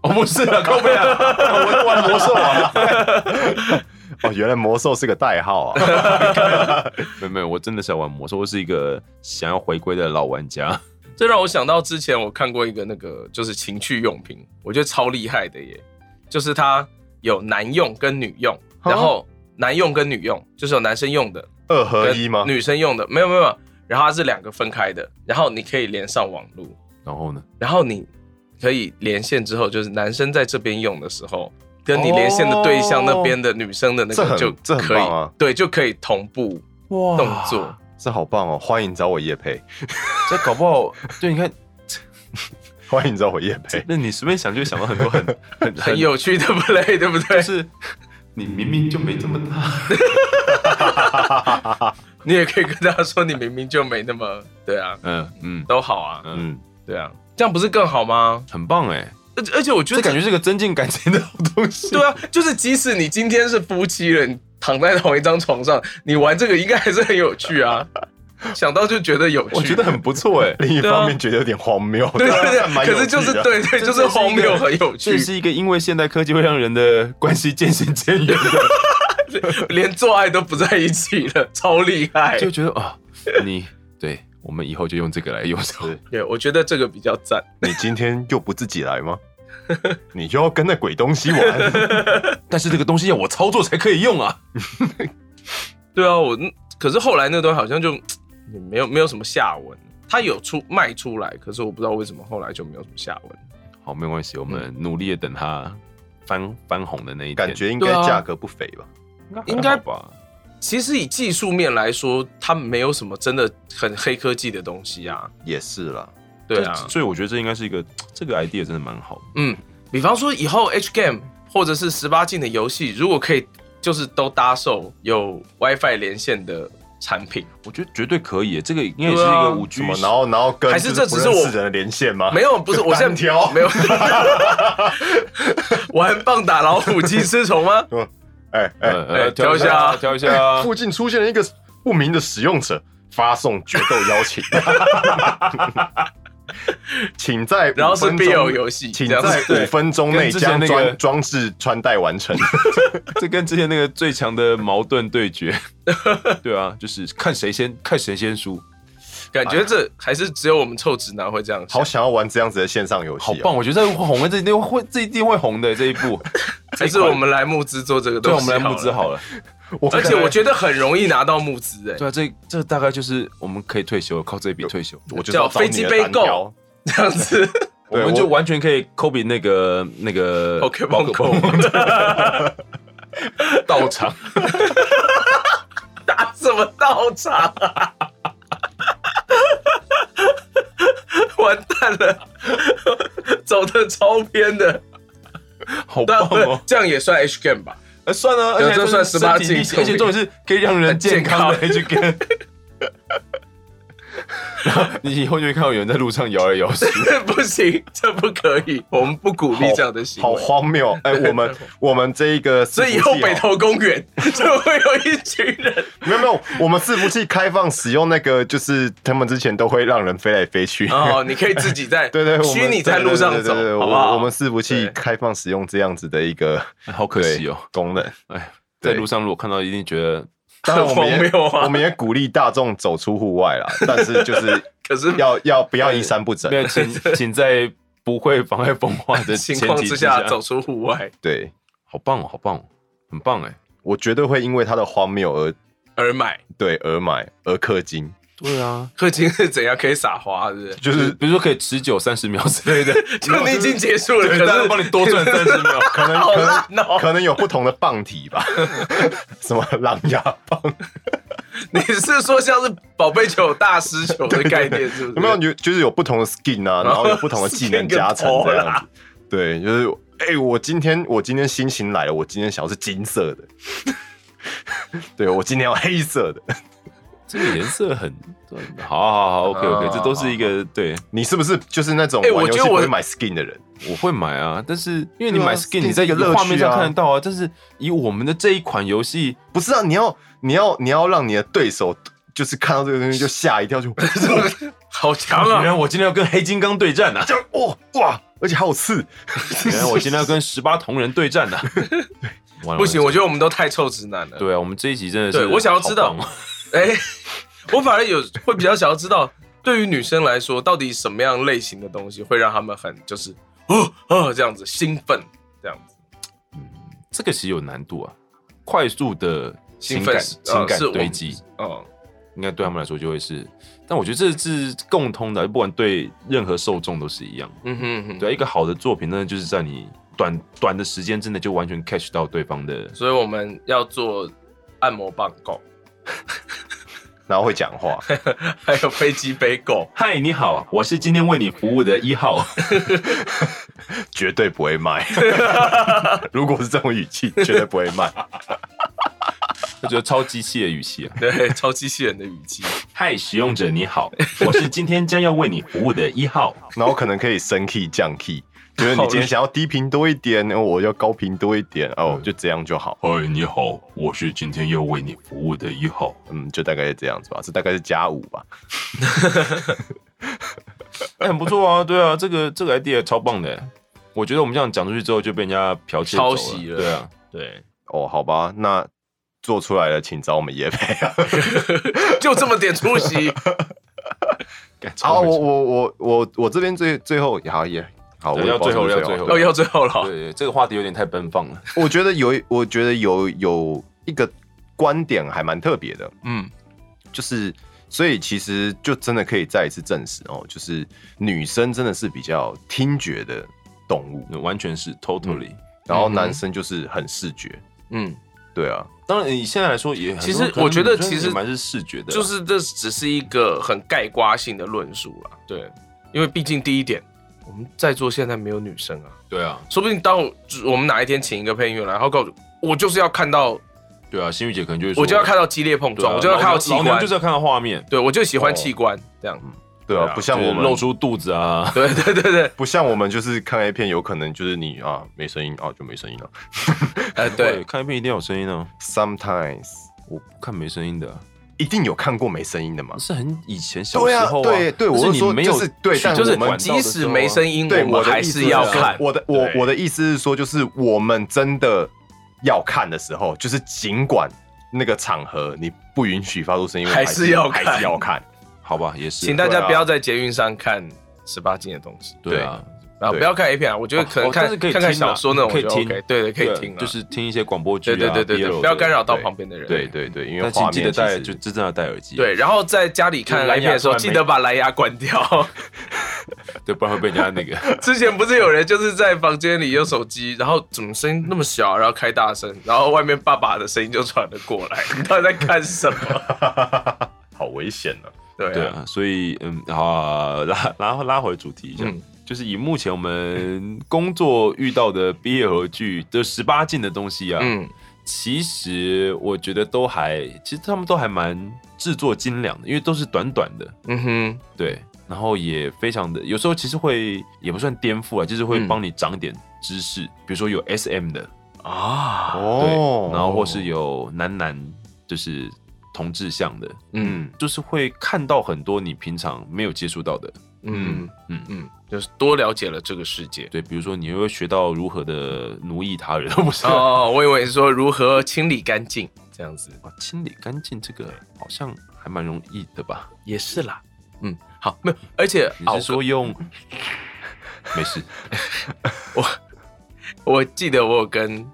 Speaker 1: 哦，不是啊，靠背啊，
Speaker 2: 我玩魔兽啊！ 哦，原来魔兽是个代号啊！
Speaker 1: 没有没有，我真的是要玩魔兽，我是一个想要回归的老玩家。
Speaker 3: 这让我想到之前我看过一个那个就是情趣用品，我觉得超厉害的耶，就是它有男用跟女用，
Speaker 2: 啊
Speaker 3: 然后男用跟女用就是有男生用的
Speaker 2: 二合一吗
Speaker 3: 跟？女生用的没有没有没有，然后它是两个分开的，然后你可以连上网络，
Speaker 1: 然后呢？
Speaker 3: 然后你可以连线之后，就是男生在这边用的时候，跟你连线的对象那边的女生的那
Speaker 2: 这很
Speaker 3: 个就
Speaker 2: 哦这很
Speaker 3: 可以，
Speaker 2: 棒啊
Speaker 3: 对，就可以同步
Speaker 1: 哇
Speaker 3: 动作。
Speaker 2: 这好棒哦！欢迎找我叶配，
Speaker 1: 这搞不好，对，你看，
Speaker 2: 欢迎找我叶 配。
Speaker 1: 那你随便想就想到很多很很
Speaker 3: 很，有趣的 play，对不对？
Speaker 1: 就是 你明明就没这么大。
Speaker 3: 你也可以跟大家说，你明明就没那么对啊，
Speaker 1: 嗯嗯
Speaker 3: 都好啊，
Speaker 1: 嗯，
Speaker 2: 嗯，
Speaker 3: 对啊，这样不是更好吗？
Speaker 1: 很棒哎，
Speaker 3: 而且而且我觉
Speaker 1: 这
Speaker 3: 得
Speaker 1: 感觉是个增进感情的好东 西。
Speaker 3: 对
Speaker 2: 嗯
Speaker 3: 啊，就是即使你今天是夫妻了，你躺在同一张床上，你玩这个应该还是很有趣 啊。想到就觉得有趣，
Speaker 1: 我觉得很不错哎。
Speaker 2: 另一
Speaker 3: 对啊
Speaker 2: 方面觉得有点荒谬，
Speaker 3: 对对
Speaker 2: 但 蛮
Speaker 3: 对，
Speaker 2: 有
Speaker 3: 可是就是
Speaker 2: 趣的，啊
Speaker 3: 对对，
Speaker 1: 这
Speaker 3: 就是荒谬很有趣
Speaker 1: 这，是一个因为现代科技会让人的关系渐行渐远 的，
Speaker 3: 连做爱都不在一起了，超厉害。
Speaker 1: 就觉得啊，你对我们以后就用这个来用上。
Speaker 3: 对，我觉得这个比较赞。
Speaker 2: 你今天又不自己来吗？ 你就要跟那鬼东 西玩，
Speaker 1: 但是这个东西要我操作才可以用啊。
Speaker 3: 对啊，我可是后来那段好像就也没有没有什么下文，他有出卖出来，可是我不知道为什么后来就没有什么下文。
Speaker 1: 好，没关系，我们努力的等它翻翻红的那一天。
Speaker 2: 感觉应该
Speaker 3: 对啊
Speaker 2: 价格不菲吧？
Speaker 3: 应该
Speaker 1: 还好吧？
Speaker 3: 其实以技术面来说，它没有什么真的很黑科技的东西啊。
Speaker 2: 也是啦，
Speaker 3: 对啊
Speaker 1: 这，所以我觉得这应该是一个这个 idea 真的蛮好的。
Speaker 3: 嗯，比方说以后 H game 或者是十八禁的游戏，如果可以，就是都搭售有 WiFi 连线的产品。
Speaker 1: 我觉得绝对可以，这个应该也是一
Speaker 3: 对啊
Speaker 1: 个五 G
Speaker 2: 什么？然后然后跟
Speaker 3: 还是这
Speaker 2: 就不
Speaker 3: 只是
Speaker 2: 认
Speaker 3: 我
Speaker 2: 识人的连线吗？
Speaker 3: 没有，不是，我现在
Speaker 2: 单挑
Speaker 3: 没有玩棒打老虎机吃 虫吗？
Speaker 2: 哎哎
Speaker 1: 呃呃
Speaker 3: 哎
Speaker 1: 挑
Speaker 3: 挑一下啊
Speaker 1: 挑一下。
Speaker 2: 附近出现了一个不明的使用者，发送决斗邀 请，请在5
Speaker 3: 然后是
Speaker 2: 分钟
Speaker 3: BL 游戏
Speaker 2: 请
Speaker 3: 这样
Speaker 2: 在
Speaker 3: 子
Speaker 2: 五分钟内
Speaker 1: 跟之前
Speaker 2: 将
Speaker 1: 那个
Speaker 2: 装装置穿戴完 成。
Speaker 1: 这跟之前那个最强的矛盾对 决，对啊，就是看谁先看谁先输，
Speaker 3: 感觉这还是只有我们臭直男会这样
Speaker 2: 好
Speaker 3: 想，
Speaker 2: 想要玩这样子的线上游戏、啊
Speaker 1: 好棒！！我觉得这红了，这一定会这一定会红的这一 部，
Speaker 3: 还是我们来募资做这个
Speaker 1: 对，啊
Speaker 3: 东
Speaker 1: 我
Speaker 3: 西？
Speaker 1: 们来募资好。了。
Speaker 2: 我
Speaker 3: 而且我觉得很容易拿到募资哎、
Speaker 1: 对啊，这这大概就是我们可以退休，靠这一笔退休，
Speaker 2: 我就是要
Speaker 3: 叫飞机杯
Speaker 2: 找你的单挑
Speaker 3: 这样子
Speaker 1: 我
Speaker 2: 对
Speaker 1: 们
Speaker 2: 我
Speaker 1: 就完全可以 copy 那个那个
Speaker 3: Pokemon Go
Speaker 1: 到场，
Speaker 3: 打什么道场啊？完蛋了，走的超偏的，
Speaker 1: 好
Speaker 3: 对
Speaker 1: 棒
Speaker 3: 啊，不是
Speaker 1: 哦！
Speaker 3: 这样也算 H game 吧？
Speaker 1: 呃算了，而
Speaker 3: 对
Speaker 1: 且
Speaker 3: 这
Speaker 1: 是
Speaker 3: 算18
Speaker 1: 身体力
Speaker 3: 禁
Speaker 1: 行而且重点是可以让人健康的
Speaker 3: 很
Speaker 1: 去跟。然后你以后就会看到有人在路上摇来摇去，
Speaker 3: 不行，这不可以，我们不鼓励这样的行
Speaker 2: 好
Speaker 3: 为。
Speaker 2: 荒谬！哎、我们我们这一个伺服器
Speaker 3: 所
Speaker 2: 哦，
Speaker 3: 以以后北投公园就会有一群人，
Speaker 2: 没有没有，我们伺服器开放使用那个，就是他们之前都会让人飞来飞去。
Speaker 3: 哦，你可以自己在
Speaker 2: 对对，我们
Speaker 3: 虚拟在路上
Speaker 2: 对
Speaker 3: 走
Speaker 2: 对对对对，
Speaker 3: 好不
Speaker 2: 我
Speaker 3: 好？
Speaker 2: 我们伺服器
Speaker 3: 对
Speaker 2: 开放使用这样子的一个
Speaker 1: 好可惜哦。
Speaker 2: 功能。
Speaker 1: 哎，在
Speaker 2: 对
Speaker 1: 路上如果看到，一定觉得
Speaker 2: 当然我们也
Speaker 3: 很荒谬啊
Speaker 2: 我们也鼓励大众走出户外啦，但是就是
Speaker 3: 可是
Speaker 2: 要要不要衣衫不整
Speaker 1: 没？有，请 请在不会妨碍风化 的
Speaker 3: 情
Speaker 1: 前
Speaker 3: 况
Speaker 1: 提
Speaker 3: 之
Speaker 1: 下
Speaker 3: 下走，出户外
Speaker 2: 对，
Speaker 1: 好棒哦，好棒哦，很棒哎。
Speaker 2: 我绝对会因为它的荒谬而
Speaker 3: 而买
Speaker 2: 对而买而氪金，
Speaker 1: 对啊，
Speaker 3: 氪金是怎样可以撒花，是不 是？
Speaker 2: 就是
Speaker 1: 比如说可以持久三十秒之类 的，
Speaker 3: 就你已经结束了，
Speaker 1: 对，大
Speaker 3: 可
Speaker 1: 家
Speaker 3: 是
Speaker 1: 帮你多赚 三十 秒。
Speaker 2: 可能
Speaker 3: 好
Speaker 2: 可
Speaker 3: 烂
Speaker 2: 能
Speaker 3: 哦！
Speaker 2: 可能有不同的棒体 吧，什么狼牙棒，
Speaker 3: 你是说像是宝贝球大师球的概念 是不是？哦
Speaker 2: 有没有？就就是有不同的 skin 啊，然后有不同的技能加成这
Speaker 3: 然后 skin 跟头
Speaker 2: 样子。对，就是哎、我今天我今天心情来了，我今天想要是金色的， 对我今天要黑色的，
Speaker 1: 这个颜色很，好好好，OK OK，这都是一个对，
Speaker 2: 你是不是就是那种
Speaker 3: 哎
Speaker 2: 玩
Speaker 3: 我
Speaker 2: 游
Speaker 3: 觉
Speaker 2: 戏
Speaker 3: 得
Speaker 2: 不
Speaker 3: 我
Speaker 2: 会买 skin 的人？
Speaker 1: 我会买啊，但是因为你
Speaker 2: 对啊
Speaker 1: 买 skin，
Speaker 2: skin
Speaker 1: 你在
Speaker 2: 是一个乐
Speaker 1: 画面
Speaker 2: 趣
Speaker 1: 上
Speaker 2: 啊
Speaker 1: 看得到啊，但是以我们的这一款游戏，
Speaker 2: 不是啊，你要你要你要让你的对手就是看到这个东西就吓一跳，就 哇
Speaker 3: 好强
Speaker 1: 原来
Speaker 3: 啊！
Speaker 1: 我今天要跟黑金刚对 战啊，
Speaker 2: 这样哇哦哇，而且还有刺，
Speaker 1: 原来我今天要跟十八铜人对 战啊，完了
Speaker 3: 不行，我觉得我们都太臭直男了。
Speaker 1: 对啊，我们这一集真的是
Speaker 3: 对我想要知道
Speaker 1: 好棒哦
Speaker 3: 哎、 我反而有会比较想要知道，对于女生来说，到底什么样类型的东西会让她们很就是哦哦这样子兴奋，这样子
Speaker 1: 这个其实有难度啊，快速的情
Speaker 3: 兴
Speaker 1: 感
Speaker 3: 奋
Speaker 1: 情感
Speaker 3: 呃是我
Speaker 1: 堆积，
Speaker 3: 哦，
Speaker 1: 应该对他们来说就会是，但我觉得这是共通的，不管对任何受众都是一样。
Speaker 3: 嗯哼嗯哼，
Speaker 1: 对啊，一个好的作品，那就是在你短短的时间之内就完全 catch 到对方的
Speaker 3: 所以我们要做按摩棒狗，
Speaker 2: 然后会讲话。
Speaker 3: 还有飞机杯狗，
Speaker 1: 嗨，你好，我是今天为你服务的一号。
Speaker 2: 绝对不会卖。 如果是这种语气，绝对不会卖。
Speaker 1: 我觉得超机器的语气啊。
Speaker 3: 对，超机器人的语气，
Speaker 1: 嗨，使用者你好，我是今天将要为你服务的一号。
Speaker 2: 然后可能可以升 key 降 key，就是你今天想要低频多一点，哦我要高频多一点，哦，
Speaker 1: 嗯
Speaker 2: 就这样就好。
Speaker 1: 嗨，你好，我是今天要为你服务的一号。
Speaker 2: 嗯，就大概是这样子吧，这大概是加五吧。
Speaker 1: 哎、很不错啊，对啊，这个这个 idea 超棒的。欸我觉得我们这样讲出去之后，就被人家剽窃走
Speaker 3: 抄袭
Speaker 1: 了。
Speaker 3: 了
Speaker 1: 对啊，对，
Speaker 2: 哦，好吧，那做出来了，请找我们叶配啊。
Speaker 3: 就这么点出息，
Speaker 1: 干
Speaker 2: 好，
Speaker 1: 超
Speaker 2: 哦我我我我我这边最最后好也好，我
Speaker 1: 对
Speaker 2: 也
Speaker 1: 要
Speaker 2: 不
Speaker 1: 最
Speaker 2: 知道
Speaker 1: 后
Speaker 2: 是
Speaker 1: 要
Speaker 2: 不是
Speaker 1: 最后
Speaker 3: 哦，要最后了，
Speaker 1: 对，这个话题有点太奔放了。
Speaker 2: 我觉得有一，我觉得有有一个观点还蛮特别的，
Speaker 3: 嗯，
Speaker 2: 就是，所以其实就真的可以再一次证实哦，就是女生真的是比较听觉的动物，
Speaker 1: 完全
Speaker 3: 嗯
Speaker 1: 是 totally。
Speaker 2: 然后
Speaker 3: 嗯哼
Speaker 2: 男生就是很视觉。
Speaker 3: 嗯，
Speaker 2: 对啊，
Speaker 1: 当然，你现在来说也很多
Speaker 3: 其实
Speaker 1: 可能
Speaker 3: 我觉得
Speaker 1: 女生
Speaker 3: 其实
Speaker 1: 也蛮是视觉的啊，
Speaker 3: 就是这只是一个很概括性的论述啦，对，因为毕竟第一点，我们在座现在没有女生啊。
Speaker 1: 对啊，
Speaker 3: 说不定当我我们哪一天请一个配音员来，然后告诉我我就是要看到，
Speaker 1: 对啊，心雨姐可能就会说，
Speaker 3: 我就要看到激烈碰
Speaker 1: 对啊，
Speaker 3: 撞，我就要看
Speaker 1: 老
Speaker 3: 到
Speaker 1: 娘
Speaker 3: 器
Speaker 1: 老娘
Speaker 3: 官，
Speaker 1: 就是要看哦嗯到画面，
Speaker 3: 对我就喜欢器官、这样。
Speaker 2: 对啊，不像我
Speaker 1: 就是露
Speaker 2: 们，
Speaker 1: 出肚子啊，
Speaker 3: 对对对对，
Speaker 2: 不像我们就是看 A 片，有可能就是你啊没声音啊就没声音了。
Speaker 3: 哎、 对，
Speaker 1: 看一遍一定要有声音哦。
Speaker 2: Sometimes
Speaker 1: 我不看没声音的啊，啊
Speaker 2: 一定有看过没声音的嘛？
Speaker 1: 是很以前小
Speaker 2: 对
Speaker 1: 时
Speaker 2: 啊
Speaker 1: 候
Speaker 2: 对对
Speaker 1: 但
Speaker 2: 我
Speaker 1: 是
Speaker 2: 是
Speaker 1: 你
Speaker 2: 说
Speaker 1: 没有
Speaker 2: 就是对但
Speaker 1: 去
Speaker 3: 就是
Speaker 2: 我们
Speaker 1: 管道
Speaker 3: 即
Speaker 1: 的时
Speaker 3: 使
Speaker 1: 候啊
Speaker 3: 没声音，
Speaker 2: 对，
Speaker 3: 嗯我
Speaker 2: 我的
Speaker 3: 还
Speaker 2: 意思
Speaker 3: 是要
Speaker 2: 说
Speaker 3: 看。
Speaker 2: 我的我
Speaker 1: 对
Speaker 2: 我的意思是说，就是我们真的要看的时候，就是尽管那个场合你不允许发出声音，我
Speaker 3: 还是
Speaker 2: 是
Speaker 3: 要看
Speaker 2: 还是要看。
Speaker 1: 好吧，也是
Speaker 3: 请大
Speaker 2: 对
Speaker 3: 家
Speaker 2: 啊
Speaker 3: 不要在捷运上看十八禁的东西，
Speaker 1: 对啊，
Speaker 3: 然后
Speaker 2: 对
Speaker 3: 不要看 A 片啊，我觉得可能
Speaker 1: 哦
Speaker 3: 看、
Speaker 1: 但是可以
Speaker 3: 看看
Speaker 1: 听啊
Speaker 3: 小说那种
Speaker 1: 可以
Speaker 3: 就
Speaker 1: 听
Speaker 3: OK，对对，可
Speaker 1: 对
Speaker 3: 以
Speaker 1: 啊
Speaker 3: 听啊，
Speaker 1: 就是听一些广播剧
Speaker 3: 对
Speaker 1: 啊，
Speaker 3: 对对对
Speaker 1: BL
Speaker 3: 对，不要
Speaker 1: 的
Speaker 3: 干扰到
Speaker 1: 对
Speaker 3: 旁边的人。
Speaker 2: 对对对，因为
Speaker 1: 但请
Speaker 2: 画
Speaker 1: 记得
Speaker 2: 面其
Speaker 1: 戴，
Speaker 2: 实
Speaker 1: 就真正要戴耳机，
Speaker 3: 对，然后在家里看
Speaker 1: 对蓝
Speaker 3: A
Speaker 1: 牙
Speaker 3: 片的时候，
Speaker 1: 突然
Speaker 3: 记
Speaker 1: 没
Speaker 3: 得把蓝牙关掉。
Speaker 1: 对，不然会被人家那个。
Speaker 3: 之前不是有人就是在房间里用手机，然后怎么声音那么小，然后开大声，然后外面爸爸的声音就传了过来，你到底在看什么？
Speaker 2: 好危险呢、
Speaker 3: 对啊，
Speaker 1: 对啊，所以嗯，好啊、拉拉拉回主题一下，
Speaker 3: 嗯
Speaker 1: 就是以目前我们工作遇到的 BL 剧的十八禁的东西啊，
Speaker 3: 嗯，
Speaker 1: 其实我觉得都还，其实他们都还蛮制作精良的，因为都是短短的，
Speaker 3: 嗯哼，
Speaker 1: 对，然后也非常的，有时候其实会也不算颠覆啊，就是
Speaker 3: 嗯
Speaker 1: 会帮你长点知识，比如说有 SM 的，
Speaker 3: 啊，
Speaker 2: 哦
Speaker 1: 对，然后或是有男男就是同志向的，
Speaker 3: 嗯
Speaker 1: 就是会看到很多你平常没有接触到的。
Speaker 3: 嗯嗯
Speaker 1: 嗯
Speaker 3: 嗯，就是多了解了这个世界。
Speaker 1: 对，比如说你会学到如何的奴役他人，不 是？
Speaker 3: 哦，我以为说如何清理干净这样子，
Speaker 1: 哇清理干净这个好像还蛮容易的吧？
Speaker 3: 也是啦。嗯，好，嗯没有，而且
Speaker 1: 你
Speaker 3: 熬
Speaker 1: 是说用？ 没事，
Speaker 3: 我记得我有跟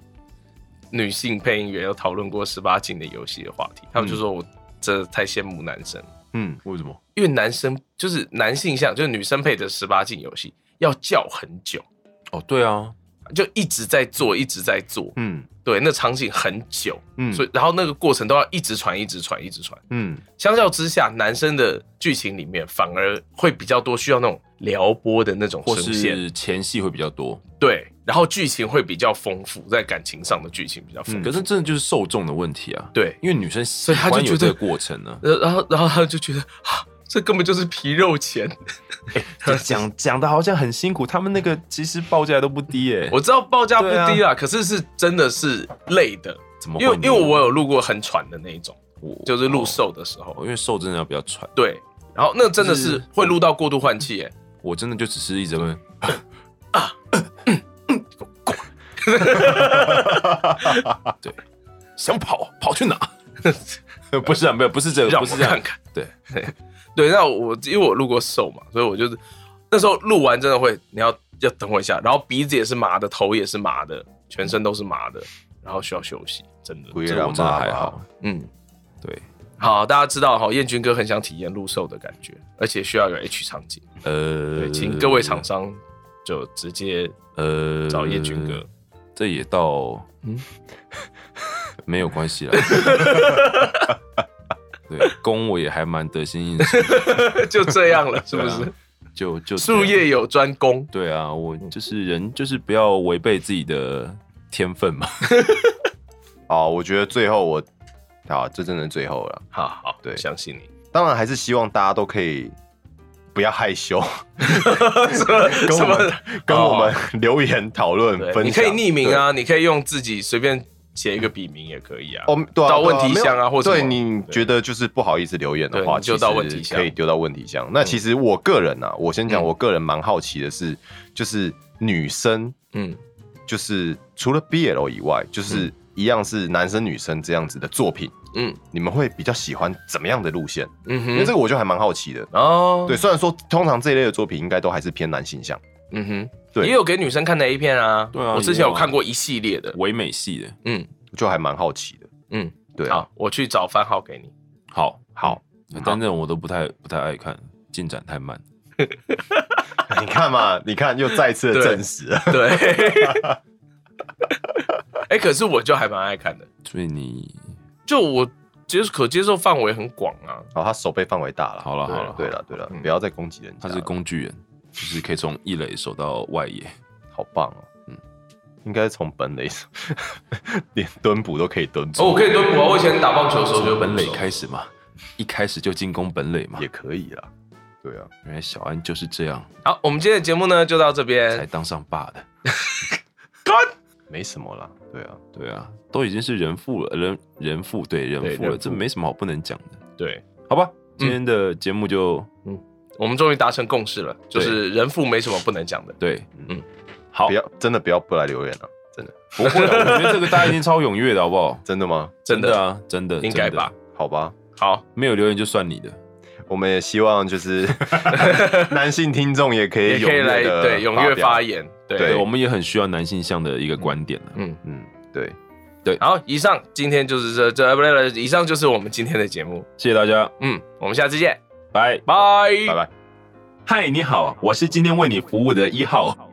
Speaker 3: 女性配音员有讨论过十八禁的游戏的话题，他们就说我这太羡慕男生了。
Speaker 1: 嗯，为什么？
Speaker 3: 因为男生就是男性向，就是女生配的十八禁游戏要叫很久，
Speaker 1: 哦，对啊，
Speaker 3: 就一直在做，一直在做，
Speaker 1: 嗯
Speaker 3: 对，那场景很久，
Speaker 1: 嗯
Speaker 3: 所以然后那个过程都要一直传，一直传，一直传。
Speaker 1: 嗯，
Speaker 3: 相较之下，男生的剧情里面反而会比较多需要那种撩拨的那种
Speaker 1: 或
Speaker 3: 声线，
Speaker 1: 是前戏会比较多，
Speaker 3: 对，然后剧情会比较丰富，在感情上的剧情比较丰
Speaker 1: 嗯，
Speaker 3: 富。
Speaker 1: 可是真的就是受众的问题啊，
Speaker 3: 对，
Speaker 1: 因为女生喜
Speaker 3: 以她就
Speaker 1: 欢有
Speaker 3: 觉
Speaker 1: 这
Speaker 3: 得
Speaker 1: 个过程 呢、
Speaker 3: 呃然后然后他就觉得啊，这根本就是皮 肉钱。
Speaker 1: 啊，讲讲的好像很辛苦，他们那个其实报价都不低耶、
Speaker 3: 我知道报价不低
Speaker 1: 对啊
Speaker 3: 啦，可是是真的是累的，
Speaker 1: 怎么会
Speaker 3: 因
Speaker 1: 呢？
Speaker 3: 为因为我有录过很喘的那一种，
Speaker 1: 我
Speaker 3: 就是录瘦的时候
Speaker 1: 哦，，因为瘦真的要比较喘，
Speaker 3: 对，然后那真的是
Speaker 1: 是
Speaker 3: 会录到过度换气，哎，
Speaker 1: 我真的就只是一直问，啊对，想跑跑去哪？ 不是啊，没有，不是这个，
Speaker 3: 让
Speaker 1: 不
Speaker 3: 我
Speaker 1: 是这样
Speaker 3: 看，看。
Speaker 1: 对，
Speaker 3: 对，那我因为我录过瘦嘛，所以我就是那时候录完真的会，你要要等我一下，然后鼻子也是麻的，头也是麻的，全身都是麻的，然后需要休息，真的。
Speaker 2: 不
Speaker 1: 这
Speaker 2: 要
Speaker 1: 个
Speaker 2: 让
Speaker 1: 我真的
Speaker 2: 妈
Speaker 1: 还
Speaker 2: 妈
Speaker 1: 好，
Speaker 3: 嗯，
Speaker 1: 对，
Speaker 3: 好，大家知道哈，燕军哥很想体验录瘦的感觉，而且需要有 H 场景。
Speaker 1: 呃
Speaker 3: 对，，请各位厂商就直接
Speaker 1: 呃
Speaker 3: 找叶军哥，
Speaker 1: 这也到嗯，没有关系 啦。对，公我也还蛮得心应手的，
Speaker 3: 就这样了，是不
Speaker 1: 对
Speaker 3: 是
Speaker 1: 啊？就就这样
Speaker 3: 术业有专攻，
Speaker 1: 对啊，我就是人，就是不要违背自己的天分嘛。
Speaker 2: 好，哦我觉得最后我，好，这真的最后了。
Speaker 3: 好好，
Speaker 2: 对
Speaker 3: 相信你。
Speaker 2: 当然还是希望大家都可以不要害羞，
Speaker 3: 什么
Speaker 2: 跟
Speaker 3: 什
Speaker 2: 我
Speaker 3: 么
Speaker 2: 们？跟我们 留言讨论
Speaker 3: 哦对
Speaker 2: 分享。
Speaker 3: 你可以匿名啊，你可以用自己随便写一个笔名也可以啊。
Speaker 2: 对。哦，对啊，
Speaker 3: 到
Speaker 2: 对啊
Speaker 3: 问题
Speaker 2: 没有
Speaker 3: 箱啊或什么
Speaker 2: 对你觉得就是不好意思留言的话，
Speaker 3: 对你就到问题箱
Speaker 2: 其实可以丢到问题箱。那其实我个人啊，我先讲，
Speaker 3: 嗯
Speaker 2: 我个人蛮好奇的是，就是女生
Speaker 3: 嗯，
Speaker 2: 就是除了 BL 以外，就是一样是男生女生这样子的作品，
Speaker 3: 嗯
Speaker 2: 你们会比较喜欢怎么样的路线？
Speaker 3: 嗯
Speaker 2: 因为
Speaker 3: 哼，
Speaker 2: 这个我就还蛮好奇的。
Speaker 3: 哦，
Speaker 2: 对，，虽然说通常这一类的作品应该都还是偏男性向，
Speaker 3: 嗯哼，
Speaker 2: 对
Speaker 3: 也有给女生看的 A 片啊。
Speaker 1: 对啊
Speaker 3: 我之前
Speaker 1: 也有
Speaker 3: 有
Speaker 1: 啊
Speaker 3: 看过一系列的。
Speaker 1: 唯美系的，
Speaker 3: 嗯
Speaker 2: 就还蛮好奇的。
Speaker 3: 嗯，
Speaker 2: 对啊，
Speaker 3: 好，我去找番号给你。
Speaker 1: 好，嗯
Speaker 2: 好，
Speaker 1: 但这种我都不太不太爱看，进展太慢。
Speaker 2: 你看嘛，你看又再次的
Speaker 3: 对
Speaker 2: 证实了。
Speaker 3: 对。 哎，可是我就还蛮爱看的，
Speaker 1: 所以你
Speaker 3: 就我接可接受范围很广啊。
Speaker 2: 好，哦他手背范围大了。
Speaker 1: 好了
Speaker 2: 对
Speaker 1: 好了
Speaker 2: 对了对了
Speaker 3: 嗯，
Speaker 2: 不要再攻击人家
Speaker 1: 他
Speaker 2: 了。
Speaker 1: 是工具人，就是可以从一垒守到外野。
Speaker 2: 好棒哦。嗯，应该是从本垒手， 连蹲捕都可以蹲捕。
Speaker 3: 哦，我可以蹲捕啊！我以前打棒球的时候就
Speaker 1: 本垒
Speaker 3: 垒
Speaker 1: 开始嘛，一开始就进攻本垒嘛
Speaker 2: 也。可以啦。对啊，
Speaker 1: 原来小安就是这样
Speaker 3: 好，我们今天的节目呢就到这
Speaker 1: 才
Speaker 3: 边。
Speaker 1: 当上爸的。
Speaker 2: 没什么啦。对啊，
Speaker 1: 对啊，都已经是人父了，人人父对
Speaker 3: 对
Speaker 1: 人父了，
Speaker 3: 人父
Speaker 1: 这没什么好不能讲的，
Speaker 3: 对，
Speaker 1: 好吧？今天的节目就
Speaker 3: 我们终于达成共识了，就是人父没什么不能讲的。
Speaker 1: 对，
Speaker 3: 嗯
Speaker 1: 嗯，好
Speaker 2: 不，要真的不要不来留言了，真的
Speaker 1: 不会啊，我觉得这个大家已经超踊跃的好不好？
Speaker 2: 真的吗？
Speaker 3: 真的
Speaker 1: 啊，真的
Speaker 3: 应该吧？
Speaker 1: 真的
Speaker 2: 好吧，
Speaker 3: 好，
Speaker 1: 没有留言就算你的，
Speaker 2: 我们也希望就是 男性听众也可
Speaker 3: 也
Speaker 2: 以
Speaker 3: 可以来
Speaker 2: 地
Speaker 3: 对踊跃
Speaker 2: 表
Speaker 3: 发。言。
Speaker 1: 对，
Speaker 3: 对，
Speaker 1: 我们也很需要男性向的一个观点啊
Speaker 3: 嗯，
Speaker 2: 嗯，对，
Speaker 3: 好，以上今天就是这这不对不以上就是我们今天的节目。
Speaker 1: 谢谢大家，
Speaker 3: 嗯，我们下次见，
Speaker 1: 拜。
Speaker 3: 拜
Speaker 2: 拜拜。
Speaker 1: 嗨，你好，我是今天为你服务的一号。